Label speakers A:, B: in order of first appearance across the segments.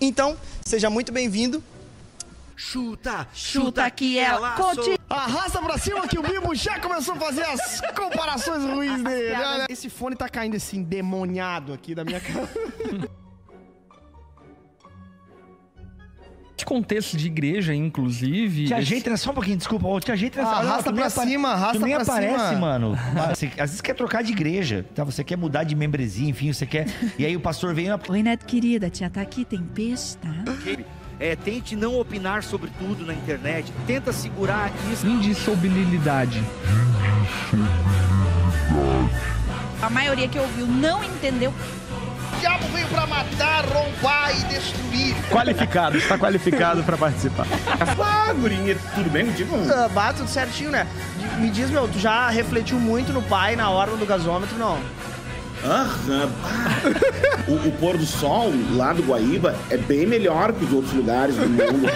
A: Então, seja muito bem-vindo.
B: Chuta,
C: Chuta
A: é
C: que é ela continua.
A: Arrasta pra cima que o Bibo já começou a fazer as comparações ruins dele. Olha, esse fone tá caindo assim, demoniado aqui da minha cara.
D: Esse contexto de igreja, inclusive.
E: Te
D: esse-
E: ajeita, né? Só um pouquinho, desculpa. Ô, Te ajeita nessa.
A: Ah,
E: Olha lá,
A: arrasta
E: tu nem
A: pra
E: apare-
A: cima, arrasta
E: Tu nem
A: pra
E: aparece,
A: cima.
E: mano. Ah, você- às vezes quer trocar de igreja, tá? Você quer mudar de membresia, enfim, você quer. E aí o pastor vem na.
C: Oi, Neto querida, tia tá aqui, tem peixe, tá?
B: É, tente não opinar sobre tudo na internet. Tenta segurar isso.
D: Indissolubilidade.
C: A maioria que ouviu não entendeu.
A: O diabo veio pra matar, roubar e destruir.
F: Qualificado, está qualificado para participar.
G: Ah, gurinha, tudo bem contigo?
A: Ah, bah, tudo certinho, né? De- Me diz, meu, tu já refletiu muito no pai na hora do gasômetro, não?
G: Aham. O, o pôr do sol lá do Guaíba é bem melhor que os outros lugares do mundo.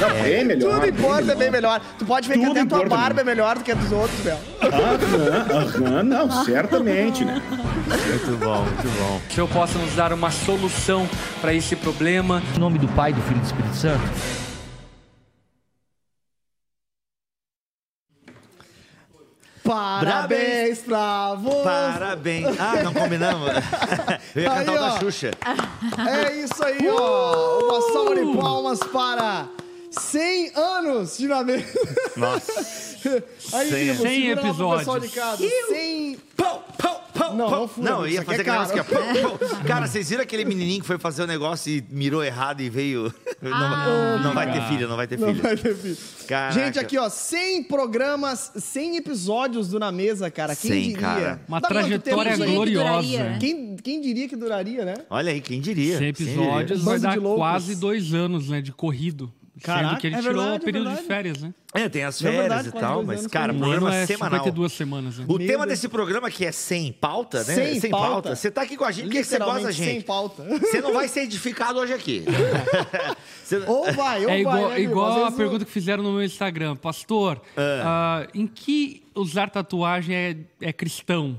G: Não, bem melhor.
A: Tudo importa, é bem melhor. Tu pode ver
G: Tudo
A: que até a tua
G: importa,
A: barba é melhor do que a dos outros, meu.
G: Aham, aham, não, certamente, né?
E: Muito bom, muito bom.
D: Que eu possa nos dar uma solução para esse problema.
E: Em nome do Pai, do Filho e do Espírito Santo.
A: Parabéns pra você.
E: Parabéns. Ah, não combinamos. Eu ia
A: Aí,
E: cantar o da
A: ó.
E: Xuxa.
A: É isso aí, ó. Uma salva
D: Uh!
A: de palmas para 100 anos de na mesa.
E: Nossa.
A: Aí,
E: 100
A: Bibo,
D: anos. 100
A: segura lá pro pessoal
D: episódios.
A: de casa. 100...
E: Pão, pão, pão,
A: Não,
E: pão.
A: não fui,
E: Não, eu
A: isso
E: ia
A: aqui
E: fazer
A: é
E: aquele negócio
A: caro.
E: que é pão, pão. Cara, vocês viram aquele menininho que foi fazer o negócio e mirou errado e veio. Não, não vai ter filho, não vai ter
A: Não
E: filho.
A: vai ter filho.
E: Caraca.
A: Gente, aqui, ó, 100 programas, 100 episódios do Na Mesa, cara. Quem
E: 100,
A: diria?
E: cara.
D: Uma
A: Dá quanto
D: trajetória
A: tempo, gente?
D: gloriosa.
C: duraria, né?
A: Quem, quem diria que duraria, né?
E: Olha aí, quem diria?
D: 100
E: Quem
D: episódios
A: Bando
D: vai
A: de
D: dar
A: loucos.
D: quase dois anos, né? De corrido.
A: Caraca,
D: sendo que ele
A: é
D: tirou
A: verdade,
D: o período
A: é
D: de
A: verdade.
D: férias, né?
E: É, tem as
A: É
E: férias
A: verdade,
E: e
A: quase
E: tal,
A: dois
E: mas,
A: anos
E: cara,
D: O
E: programa
D: ano é
E: semanal.
D: 52 semanas, né?
E: O
A: Meu
E: tema
A: Deus.
E: desse programa que é sem pauta, né?
A: Sem pauta.
E: Você tá aqui com a gente, por que que você gosta da
A: Literalmente, sem
E: gente?
A: pauta.
E: Você não vai ser edificado hoje aqui. Você-
A: Ou vai, ou vai.
D: É igual,
A: né, Bibo? Às
D: igual a
A: vezes o-
D: pergunta que fizeram no meu Instagram. Pastor, ah, em que usar tatuagem é, é cristão?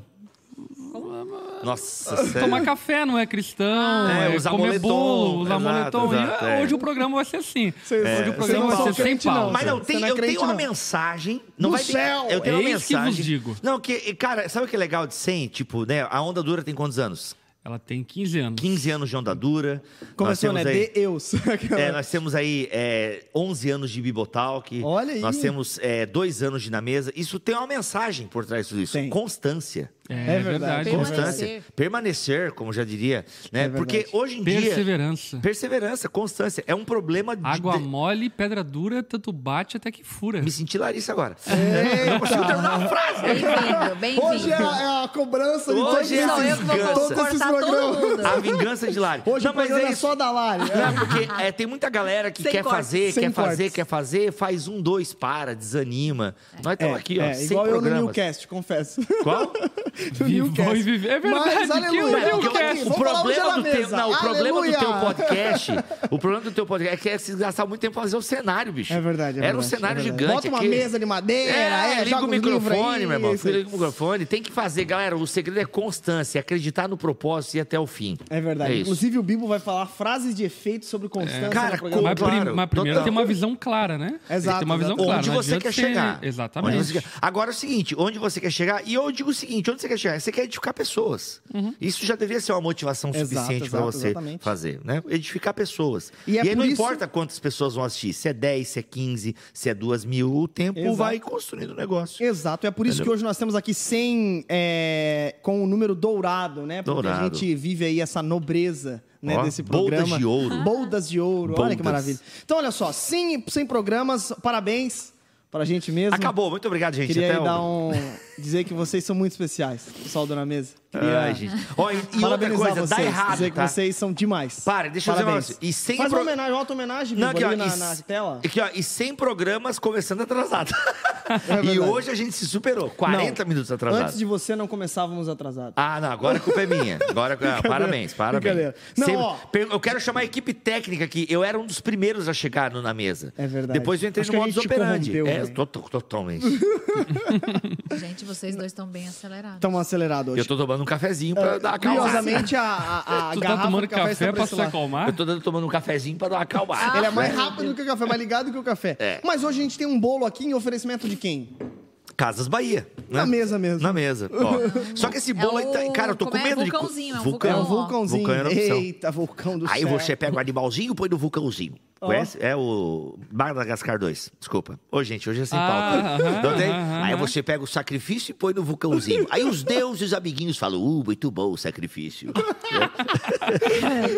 E: Nossa,
D: Tomar
E: sério.
D: café não é cristão,
E: É,
D: é,
E: usar
D: comer
E: moletom,
D: bolo, usar
E: exato,
D: moletom. E,
E: exato,
D: ah,
E: é.
D: Hoje o programa vai ser assim.
A: Cês-
D: hoje
A: é,
D: o programa
A: vocês não
D: vai ser
A: são
D: sem
A: crente, não.
D: pauta.
E: Mas não,
A: Você
E: tem,
A: não é
E: eu
A: crente,
E: tenho uma
A: não.
E: mensagem. Não
A: Do
E: vai ter-
A: céu.
E: Eu tenho uma
D: Eis É que vos
E: mensagem.
D: digo.
E: Não, que, cara, sabe o que é legal de 100? Tipo, né? A onda dura tem quantos anos?
D: Ela tem 15 anos.
E: 15 anos de onda dura. nós
A: Começou,
E: temos
A: né?
E: aí-
A: De Eus.
E: É, nós temos aí é, 11 anos de Bibotalk.
A: Olha aí.
E: Nós temos é, dois anos de Na Mesa. Isso tem uma mensagem por trás disso. isso.
A: Tem.
E: Constância.
D: É,
A: É verdade.
D: verdade.
E: Constância. Permanecer. como já diria.
A: É
E: Né? Porque hoje em dia...
D: Perseverança.
E: Perseverança, constância. É um problema de...
D: Água
E: de-
D: mole, pedra dura, tanto bate até que fura.
E: Me senti Larissa agora. Não consigo terminar a frase.
C: Bem-vindo, bem-vindo.
A: Hoje é a, é a cobrança de
E: Hoje
A: todos,
E: é a
C: Não, eu que
A: esses,
C: vou
E: vingança.
A: todos esses
C: cortar
A: programas.
C: todo mundo.
E: A vingança de Lari.
A: Hoje
E: Não,
A: o
E: mas
A: programa
E: é
A: é,
E: isso.
A: só da Lari. É.
E: Não, porque é, tem muita galera que
C: Sem
E: quer
C: cortes,
E: fazer,
A: sem
E: quer fazer,
A: cortes.
E: quer fazer, faz um, dois, para, desanima. Nós
A: É,
E: estamos aqui, ó,
A: é,
E: sem
A: igual eu no
E: programas.
A: Newcast, confesso.
E: Qual?
A: Do
D: Vivo e vive- É verdade,
A: Mas,
D: que
A: aleluia,
D: o
A: vamos
D: Newcast-
A: tá aqui,
E: O
A: vamos falar hoje
E: problema,
A: na
E: do teu,
A: mesa.
E: não, o problema do
A: Aleluia.
E: teu podcast. O problema do teu podcast é que é se gastar muito tempo pra fazer o cenário, bicho.
A: É verdade, é
E: Era um
A: verdade,
E: cenário
A: é verdade.
E: gigante.
A: Bota uma
E: aqui.
A: mesa de madeira, é, joga
E: É, liga o
A: uns livros
E: microfone,
A: aí,
E: meu irmão.
A: isso aí.
E: Liga o microfone. Tem que fazer, galera. O segredo é constância, acreditar no propósito e ir até o fim.
A: É verdade.
E: É isso.
A: Inclusive, o Bibo vai falar frases de efeito sobre constância.
E: Cara,
A: no programa.
D: Mas,
E: Claro,
D: prim- mas primeiro
E: total.
D: tem uma visão clara, né?
A: Exato,
D: Tem uma visão
A: exato.
D: clara.
E: onde
D: não
E: você
D: adianta
E: quer
D: ser-
E: chegar.
D: Exatamente.
E: Onde você quer- Agora é o seguinte, onde você quer chegar, e eu digo o seguinte, onde você quer chegar? Você quer edificar pessoas. Isso já deveria ser uma motivação
A: Uhum. Exato,
E: suficiente para
A: exato,
E: você
A: exatamente.
E: fazer, né? Edificar pessoas.
A: E
E: E,
A: é
E: aí
A: por
E: não
A: isso-
E: importa quantas pessoas vão assistir, se é 10, se é 15, se é 2 mil, o tempo
A: Exato.
E: vai construindo o negócio.
A: Exato, é por isso que
E: Entendeu?
A: hoje nós temos aqui 100 é, com o número dourado, né? Porque a
E: Dourado.
A: gente vive aí essa nobreza né,
E: Ó,
A: desse
E: boldas
A: programa.
E: de ouro.
A: Boldas de ouro, olha que
E: Boldas.
A: maravilha. Então, olha só, 100, 100 programas, parabéns pra gente mesmo.
E: Acabou, muito obrigado, gente.
A: Queria
E: Até
A: aí
E: o-
A: dar um, dizer que vocês são muito especiais, pessoal do Na Mesa. Queria
E: Ai, gente. Ó, e- e outra
A: um parabenizar
E: coisa,
A: vocês,
E: dá errado,
A: dizer
E: tá?
A: que vocês são demais.
E: Para, deixa eu dizer um
A: Parabéns.
E: negócio. E sem
A: Faz uma
E: pro-
A: homenagem, uma auto-homenagem,
E: Não,
A: Bibo,
E: aqui, ó,
A: ali
E: e,
A: na,
E: s-
A: na tela. É
E: aqui, ó, e 100 programas começando atrasado.
A: verdade.
E: e hoje a gente se superou, 40
A: Não,
E: minutos atrasado.
A: Antes de você, não começávamos atrasados.
E: Ah, não, agora a culpa é minha. Agora, ah, parabéns, parabéns.
A: brincadeira. Não,
E: Sempre-
A: ó.
E: Per- eu quero chamar a equipe técnica aqui. Eu era um dos primeiros a chegar no- na mesa.
A: É verdade.
E: Depois eu entrei
A: Acho
E: no
A: que a gente
E: modus
A: te
E: operandi.
A: corrompeu,
E: É,
A: né?
E: to- to- totalmente.
H: Gente, vocês dois estão bem acelerados.
A: Estamos acelerados hoje.
E: Eu tô tomando tomando um cafezinho pra dar uma acalmada.
A: É, Curiosamente, a, a, a
D: Tu tá
A: garrafa
D: tomando
A: de café,
D: café
A: está
D: pra
A: pra esse
D: se
A: lado.
D: acalmar?
E: Eu tô dando- tomando um cafezinho pra dar uma acalmada. né?
A: Ele é mais rápido que o café, mais ligado que o café.
E: É.
A: Mas hoje a gente tem um bolo aqui em oferecimento de quem?
E: Casas Bahia. né?
A: Na mesa mesmo.
E: Na mesa. ó. Só que esse bolo aí tá.
C: o-
E: Cara, eu tô com
C: como é?
E: medo de.
C: Vulcãozinho, é um
A: É
C: Então,
A: um
C: ó.
A: vulcãozinho.
E: Vulcão era opção.
A: Eita, vulcão do
E: Aí
A: céu.
E: você pega o animalzinho e põe no vulcãozinho. Conhece? É o Madagascar 2. Desculpa. Ô, gente, hoje é sem
D: Ah,
E: pauta.
D: aham,
E: Não tem?
D: aham,
E: Aí
D: aham.
E: você pega o sacrifício e põe no vulcãozinho. Aí os deuses amiguinhos falam: Uh, muito bom o sacrifício.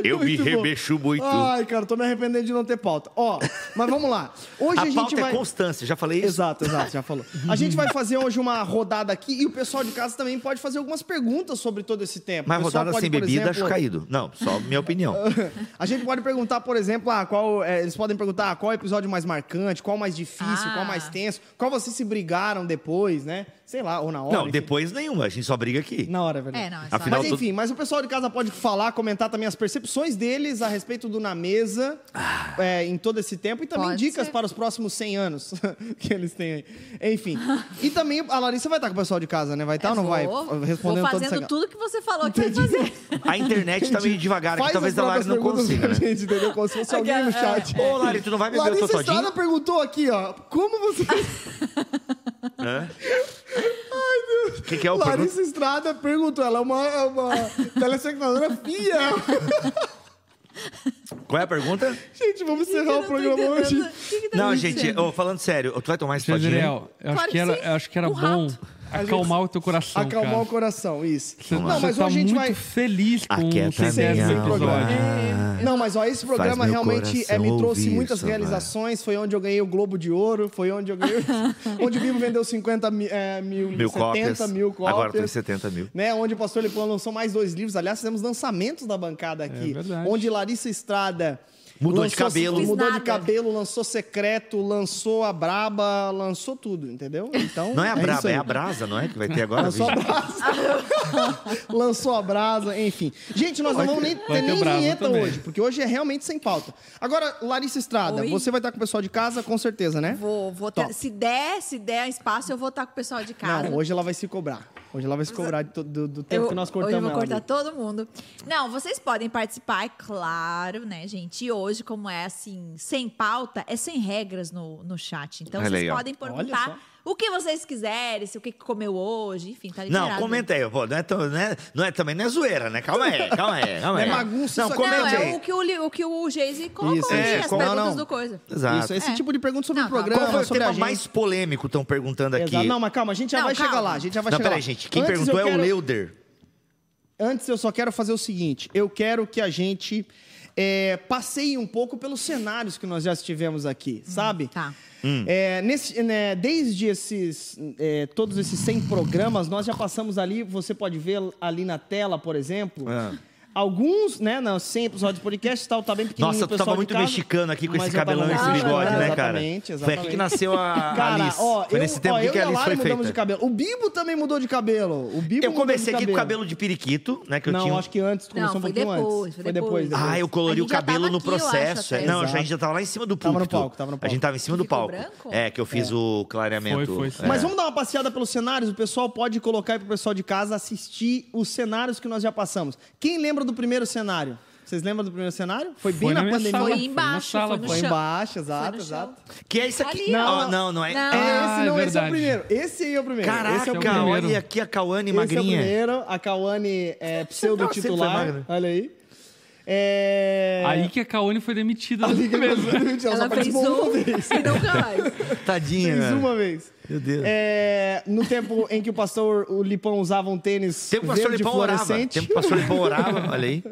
E: Eu me
A: Muito bom.
E: remexo muito.
A: Ai, cara, tô me arrependendo de não ter pauta. Ó, mas vamos lá. Hoje a,
E: a
A: gente
E: pauta
A: vai.
E: é constância, já falei isso?
A: Exato, exato, já falou. A gente vai fazer hoje uma rodada aqui e o pessoal de casa também pode fazer algumas perguntas sobre todo esse tempo.
E: Mas
A: O pessoal
E: rodada
A: pode,
E: sem
A: por
E: bebida, acho
A: exemplo,
E: caído. Não, só minha opinião.
A: A gente pode perguntar, por exemplo, ah, qual. é, eles podem perguntar ah, qual é o episódio mais marcante, qual mais difícil,
C: Ah.
A: qual mais tenso, qual vocês se brigaram depois, né? Sei lá, ou na hora.
E: Não,
A: enfim.
E: depois nenhuma, a gente só briga aqui.
A: Na hora, é verdade.
C: É, não, é só-
E: Afinal,
A: Mas enfim, mas o pessoal de casa pode falar, comentar também as percepções deles a respeito do Na Mesa
E: Ah.
A: é, em todo esse tempo e também
C: Pode
A: dicas
C: ser.
A: para os próximos 100 anos que eles têm aí. Enfim. E também a Larissa vai estar com o pessoal de casa, né? Vai estar ou não vai? Respondendo
C: vou
A: toda essa
C: fazendo tudo que você falou que vai fazer.
E: A internet tá meio devagar aqui,
A: Faz
E: talvez
A: as
E: a Lari
A: próprias
E: não
A: perguntas
E: consiga,
A: pra
E: né?
A: gente, entendeu? Como se fosse alguém no chat.
E: Ô, Lari, tu não vai beber o
A: Larissa
E: totodinho?
A: Estrada perguntou aqui, ó, como você...
E: O que, que é o pergunta?
A: Larissa Estrada perguntou, ela é uma, é uma telespectadora fiel.
E: Qual é a pergunta?
A: Gente, vamos encerrar o programa hoje.
E: Não, gente, ô, falando sério, ô, tu vai tomar esse todinho? aí?
D: Gabriel, eu acho
C: Claro
D: que
C: que
D: era,
C: sim.
D: eu acho que era
C: Um
D: bom
C: rato.
D: acalmar o teu
E: é
D: coração,
E: um
A: Acalmar
D: cara.
A: o coração, isso.
D: Você,
A: Não, mas
D: você tá
A: hoje a gente
D: muito
A: vai...
D: feliz com
E: Aquieta
D: o centésimo
A: minha alma.
D: episódio.
E: É.
A: Não, mas ó, esse programa
E: meu
A: realmente
E: coração
A: é, me trouxe
E: ouvir
A: muitas
E: isso,
A: realizações. Foi onde eu ganhei o Globo de Ouro, foi onde eu ganhei. onde o Bibo vendeu 50 mi- é, mil,
E: Mil
A: 70
E: cópias.
A: mil cópias.
E: Agora tô em 70 mil.
A: Né, onde o Pastor Lipan lançou mais dois livros. Aliás, fizemos lançamentos da bancada aqui.
D: verdade.
A: Onde Larissa Estrada.
E: Mudou de
A: lançou-
E: cabelo.
C: Fiz
A: Mudou de
C: nada.
A: cabelo, lançou Secreto, lançou a Braba, lançou tudo, entendeu? Então.
E: Não é a
A: isso
E: braba, é,
A: aí.
E: a brasa, não é? Que vai ter agora?
A: Lançou a
E: bicho?
A: brasa. Lançou a brasa, enfim. Gente, nós não vamos nem ter
D: vai ter
A: nem
D: brasa
A: vinheta
D: também.
A: hoje, porque hoje é realmente sem pauta. Agora, Larissa Estrada,
C: Oi.
A: você vai estar com o pessoal de casa, com certeza, né?
C: Vou, vou ter-
A: Top.
C: se der, se der espaço, eu vou estar com o pessoal de casa.
A: Não, hoje ela vai se cobrar. Hoje ela vai se cobrar de to- do, do tempo
C: Eu,
A: É que nós
C: hoje eu
A: cortamos
C: vou
A: ela.
C: cortar todo mundo. Não, vocês podem participar, é claro, né, gente? E hoje, como é assim, sem pauta, é sem regras no, no chat. Então,
E: Olha
C: vocês
E: aí, ó.
C: podem
A: Olha
C: perguntar o que vocês quiserem, se o que que comeu hoje, enfim, tá liberado.
E: Não, comenta aí, pô, não é, tão- não é- não é também não é zoeira, né? Calma aí, calma aí, calma aí.
A: Não é bagunça
E: Não,
A: isso aqui.
C: Não,
E: comenta
C: é
E: aí.
C: o que o, Li- o, que o Geise colocou
A: Isso,
C: ali,
E: é,
C: as
E: com-
C: perguntas
A: não, não.
C: do coisa.
E: Exato.
A: Isso, esse
C: É.
A: tipo de pergunta sobre
C: Não,
A: o
C: tá.
A: programa,
E: Qual foi o
A: sobre a
E: tema
A: gente.
E: mais polêmico estão perguntando aqui?
A: Exato. Não, mas calma, a gente já
C: Não,
A: vai
C: calma.
A: chegar lá. A gente já vai
E: Não,
A: chegar
E: peraí,
A: lá.
E: gente, quem
A: Antes eu
E: perguntou é o
A: quero-
E: Leuder.
A: Antes eu só quero fazer o seguinte: eu quero que a gente é, passeie um pouco pelos cenários que nós já estivemos aqui, sabe?
C: tá.
E: Hum.
A: É, nesse- né, desde esses, é, todos esses 100 programas, nós já passamos ali, você pode ver ali na tela, por exemplo.
E: Ah.
A: Alguns, né, não, 100 episódios de podcast e tal, tá bem pequenininho
E: Nossa,
A: o
E: tu
A: pessoal
E: tava
A: de
E: muito
A: casa,
E: mexicano aqui com
A: mas
E: esse
A: eu tava
E: cabelão e esse
A: muito
E: bigode,
A: mexicano,
E: né, cara?
A: Exatamente,
E: Foi
A: exatamente.
E: aqui que nasceu a
A: Cara,
E: Alice.
A: ó,
E: Foi
A: eu,
E: nesse tempo
A: ó,
E: aqui
A: eu
E: que
A: e
E: a
A: a
E: Alice
A: Lari
E: foi
A: mudamos de
E: feita.
A: cabelo. O Bibo também mudou de cabelo. O Bibo mudou
E: Eu
A: de
E: comecei aqui com o cabelo de periquito, né? Que eu
A: não,
E: tinha. um-
A: acho que antes, começou
C: Não,
A: um
C: foi
A: pouquinho
C: depois,
A: antes.
C: foi
A: Foi depois.
C: depois.
E: Ah, eu colori
C: A
E: o
C: gente já
E: cabelo
C: tava
E: no
C: aqui, eu acho,
E: processo.
C: até.
E: é. não,
A: Exato.
E: a gente já tava lá em cima do
A: Tava
E: púlpito.
A: no palco, tava no
E: A
A: palco.
E: gente tava em cima do
C: Ficou
E: palco.
C: branco?
E: É, que eu fiz o clareamento.
D: Foi, foi, sim.
E: É.
A: Mas vamos dar uma passeada pelos cenários. O pessoal pode colocar aí pro pessoal de casa assistir os cenários que nós já passamos. Quem lembra do primeiro cenário? Vocês lembram do primeiro cenário? Foi bem
D: Foi
A: na,
D: na minha
A: pandemia.
D: sala,
C: Foi
D: na
C: embaixo,
D: sala,
C: foi no
A: Foi
C: chão.
A: embaixo, exato,
C: Foi no
A: exato.
E: Que é isso aqui?
C: Ali,
E: não,
C: ó.
E: não, não é.
C: Não.
A: É,
D: Ah,
A: esse não,
D: é
A: esse é o
D: verdade.
A: primeiro. Esse aí é o primeiro. esse
E: Caraca,
A: é o
D: cara,
A: primeiro.
D: primeiro.
E: olha aqui a Cauane
A: Esse é o
E: magrinha.
A: primeiro. A Cauane é
E: Ela sempre foi
A: pseudo-titular.
E: magra.
A: Olha aí. É...
D: Aí que a Kaone foi demitida
A: A Liga
D: da mesa.
A: Ela só
C: Ela fez
A: participou uma
C: um
A: vez.
C: e nunca mais.
E: Tadinha.
A: Fez
E: velho.
A: uma vez.
E: É. Meu Deus.
A: É, no tempo em que o pastor o Lipão usava um tênis
E: Tempo que o pastor
A: verde
E: Lipão orava.
A: fluorescente.
E: Tempo que o pastor Lipão orava, olha aí.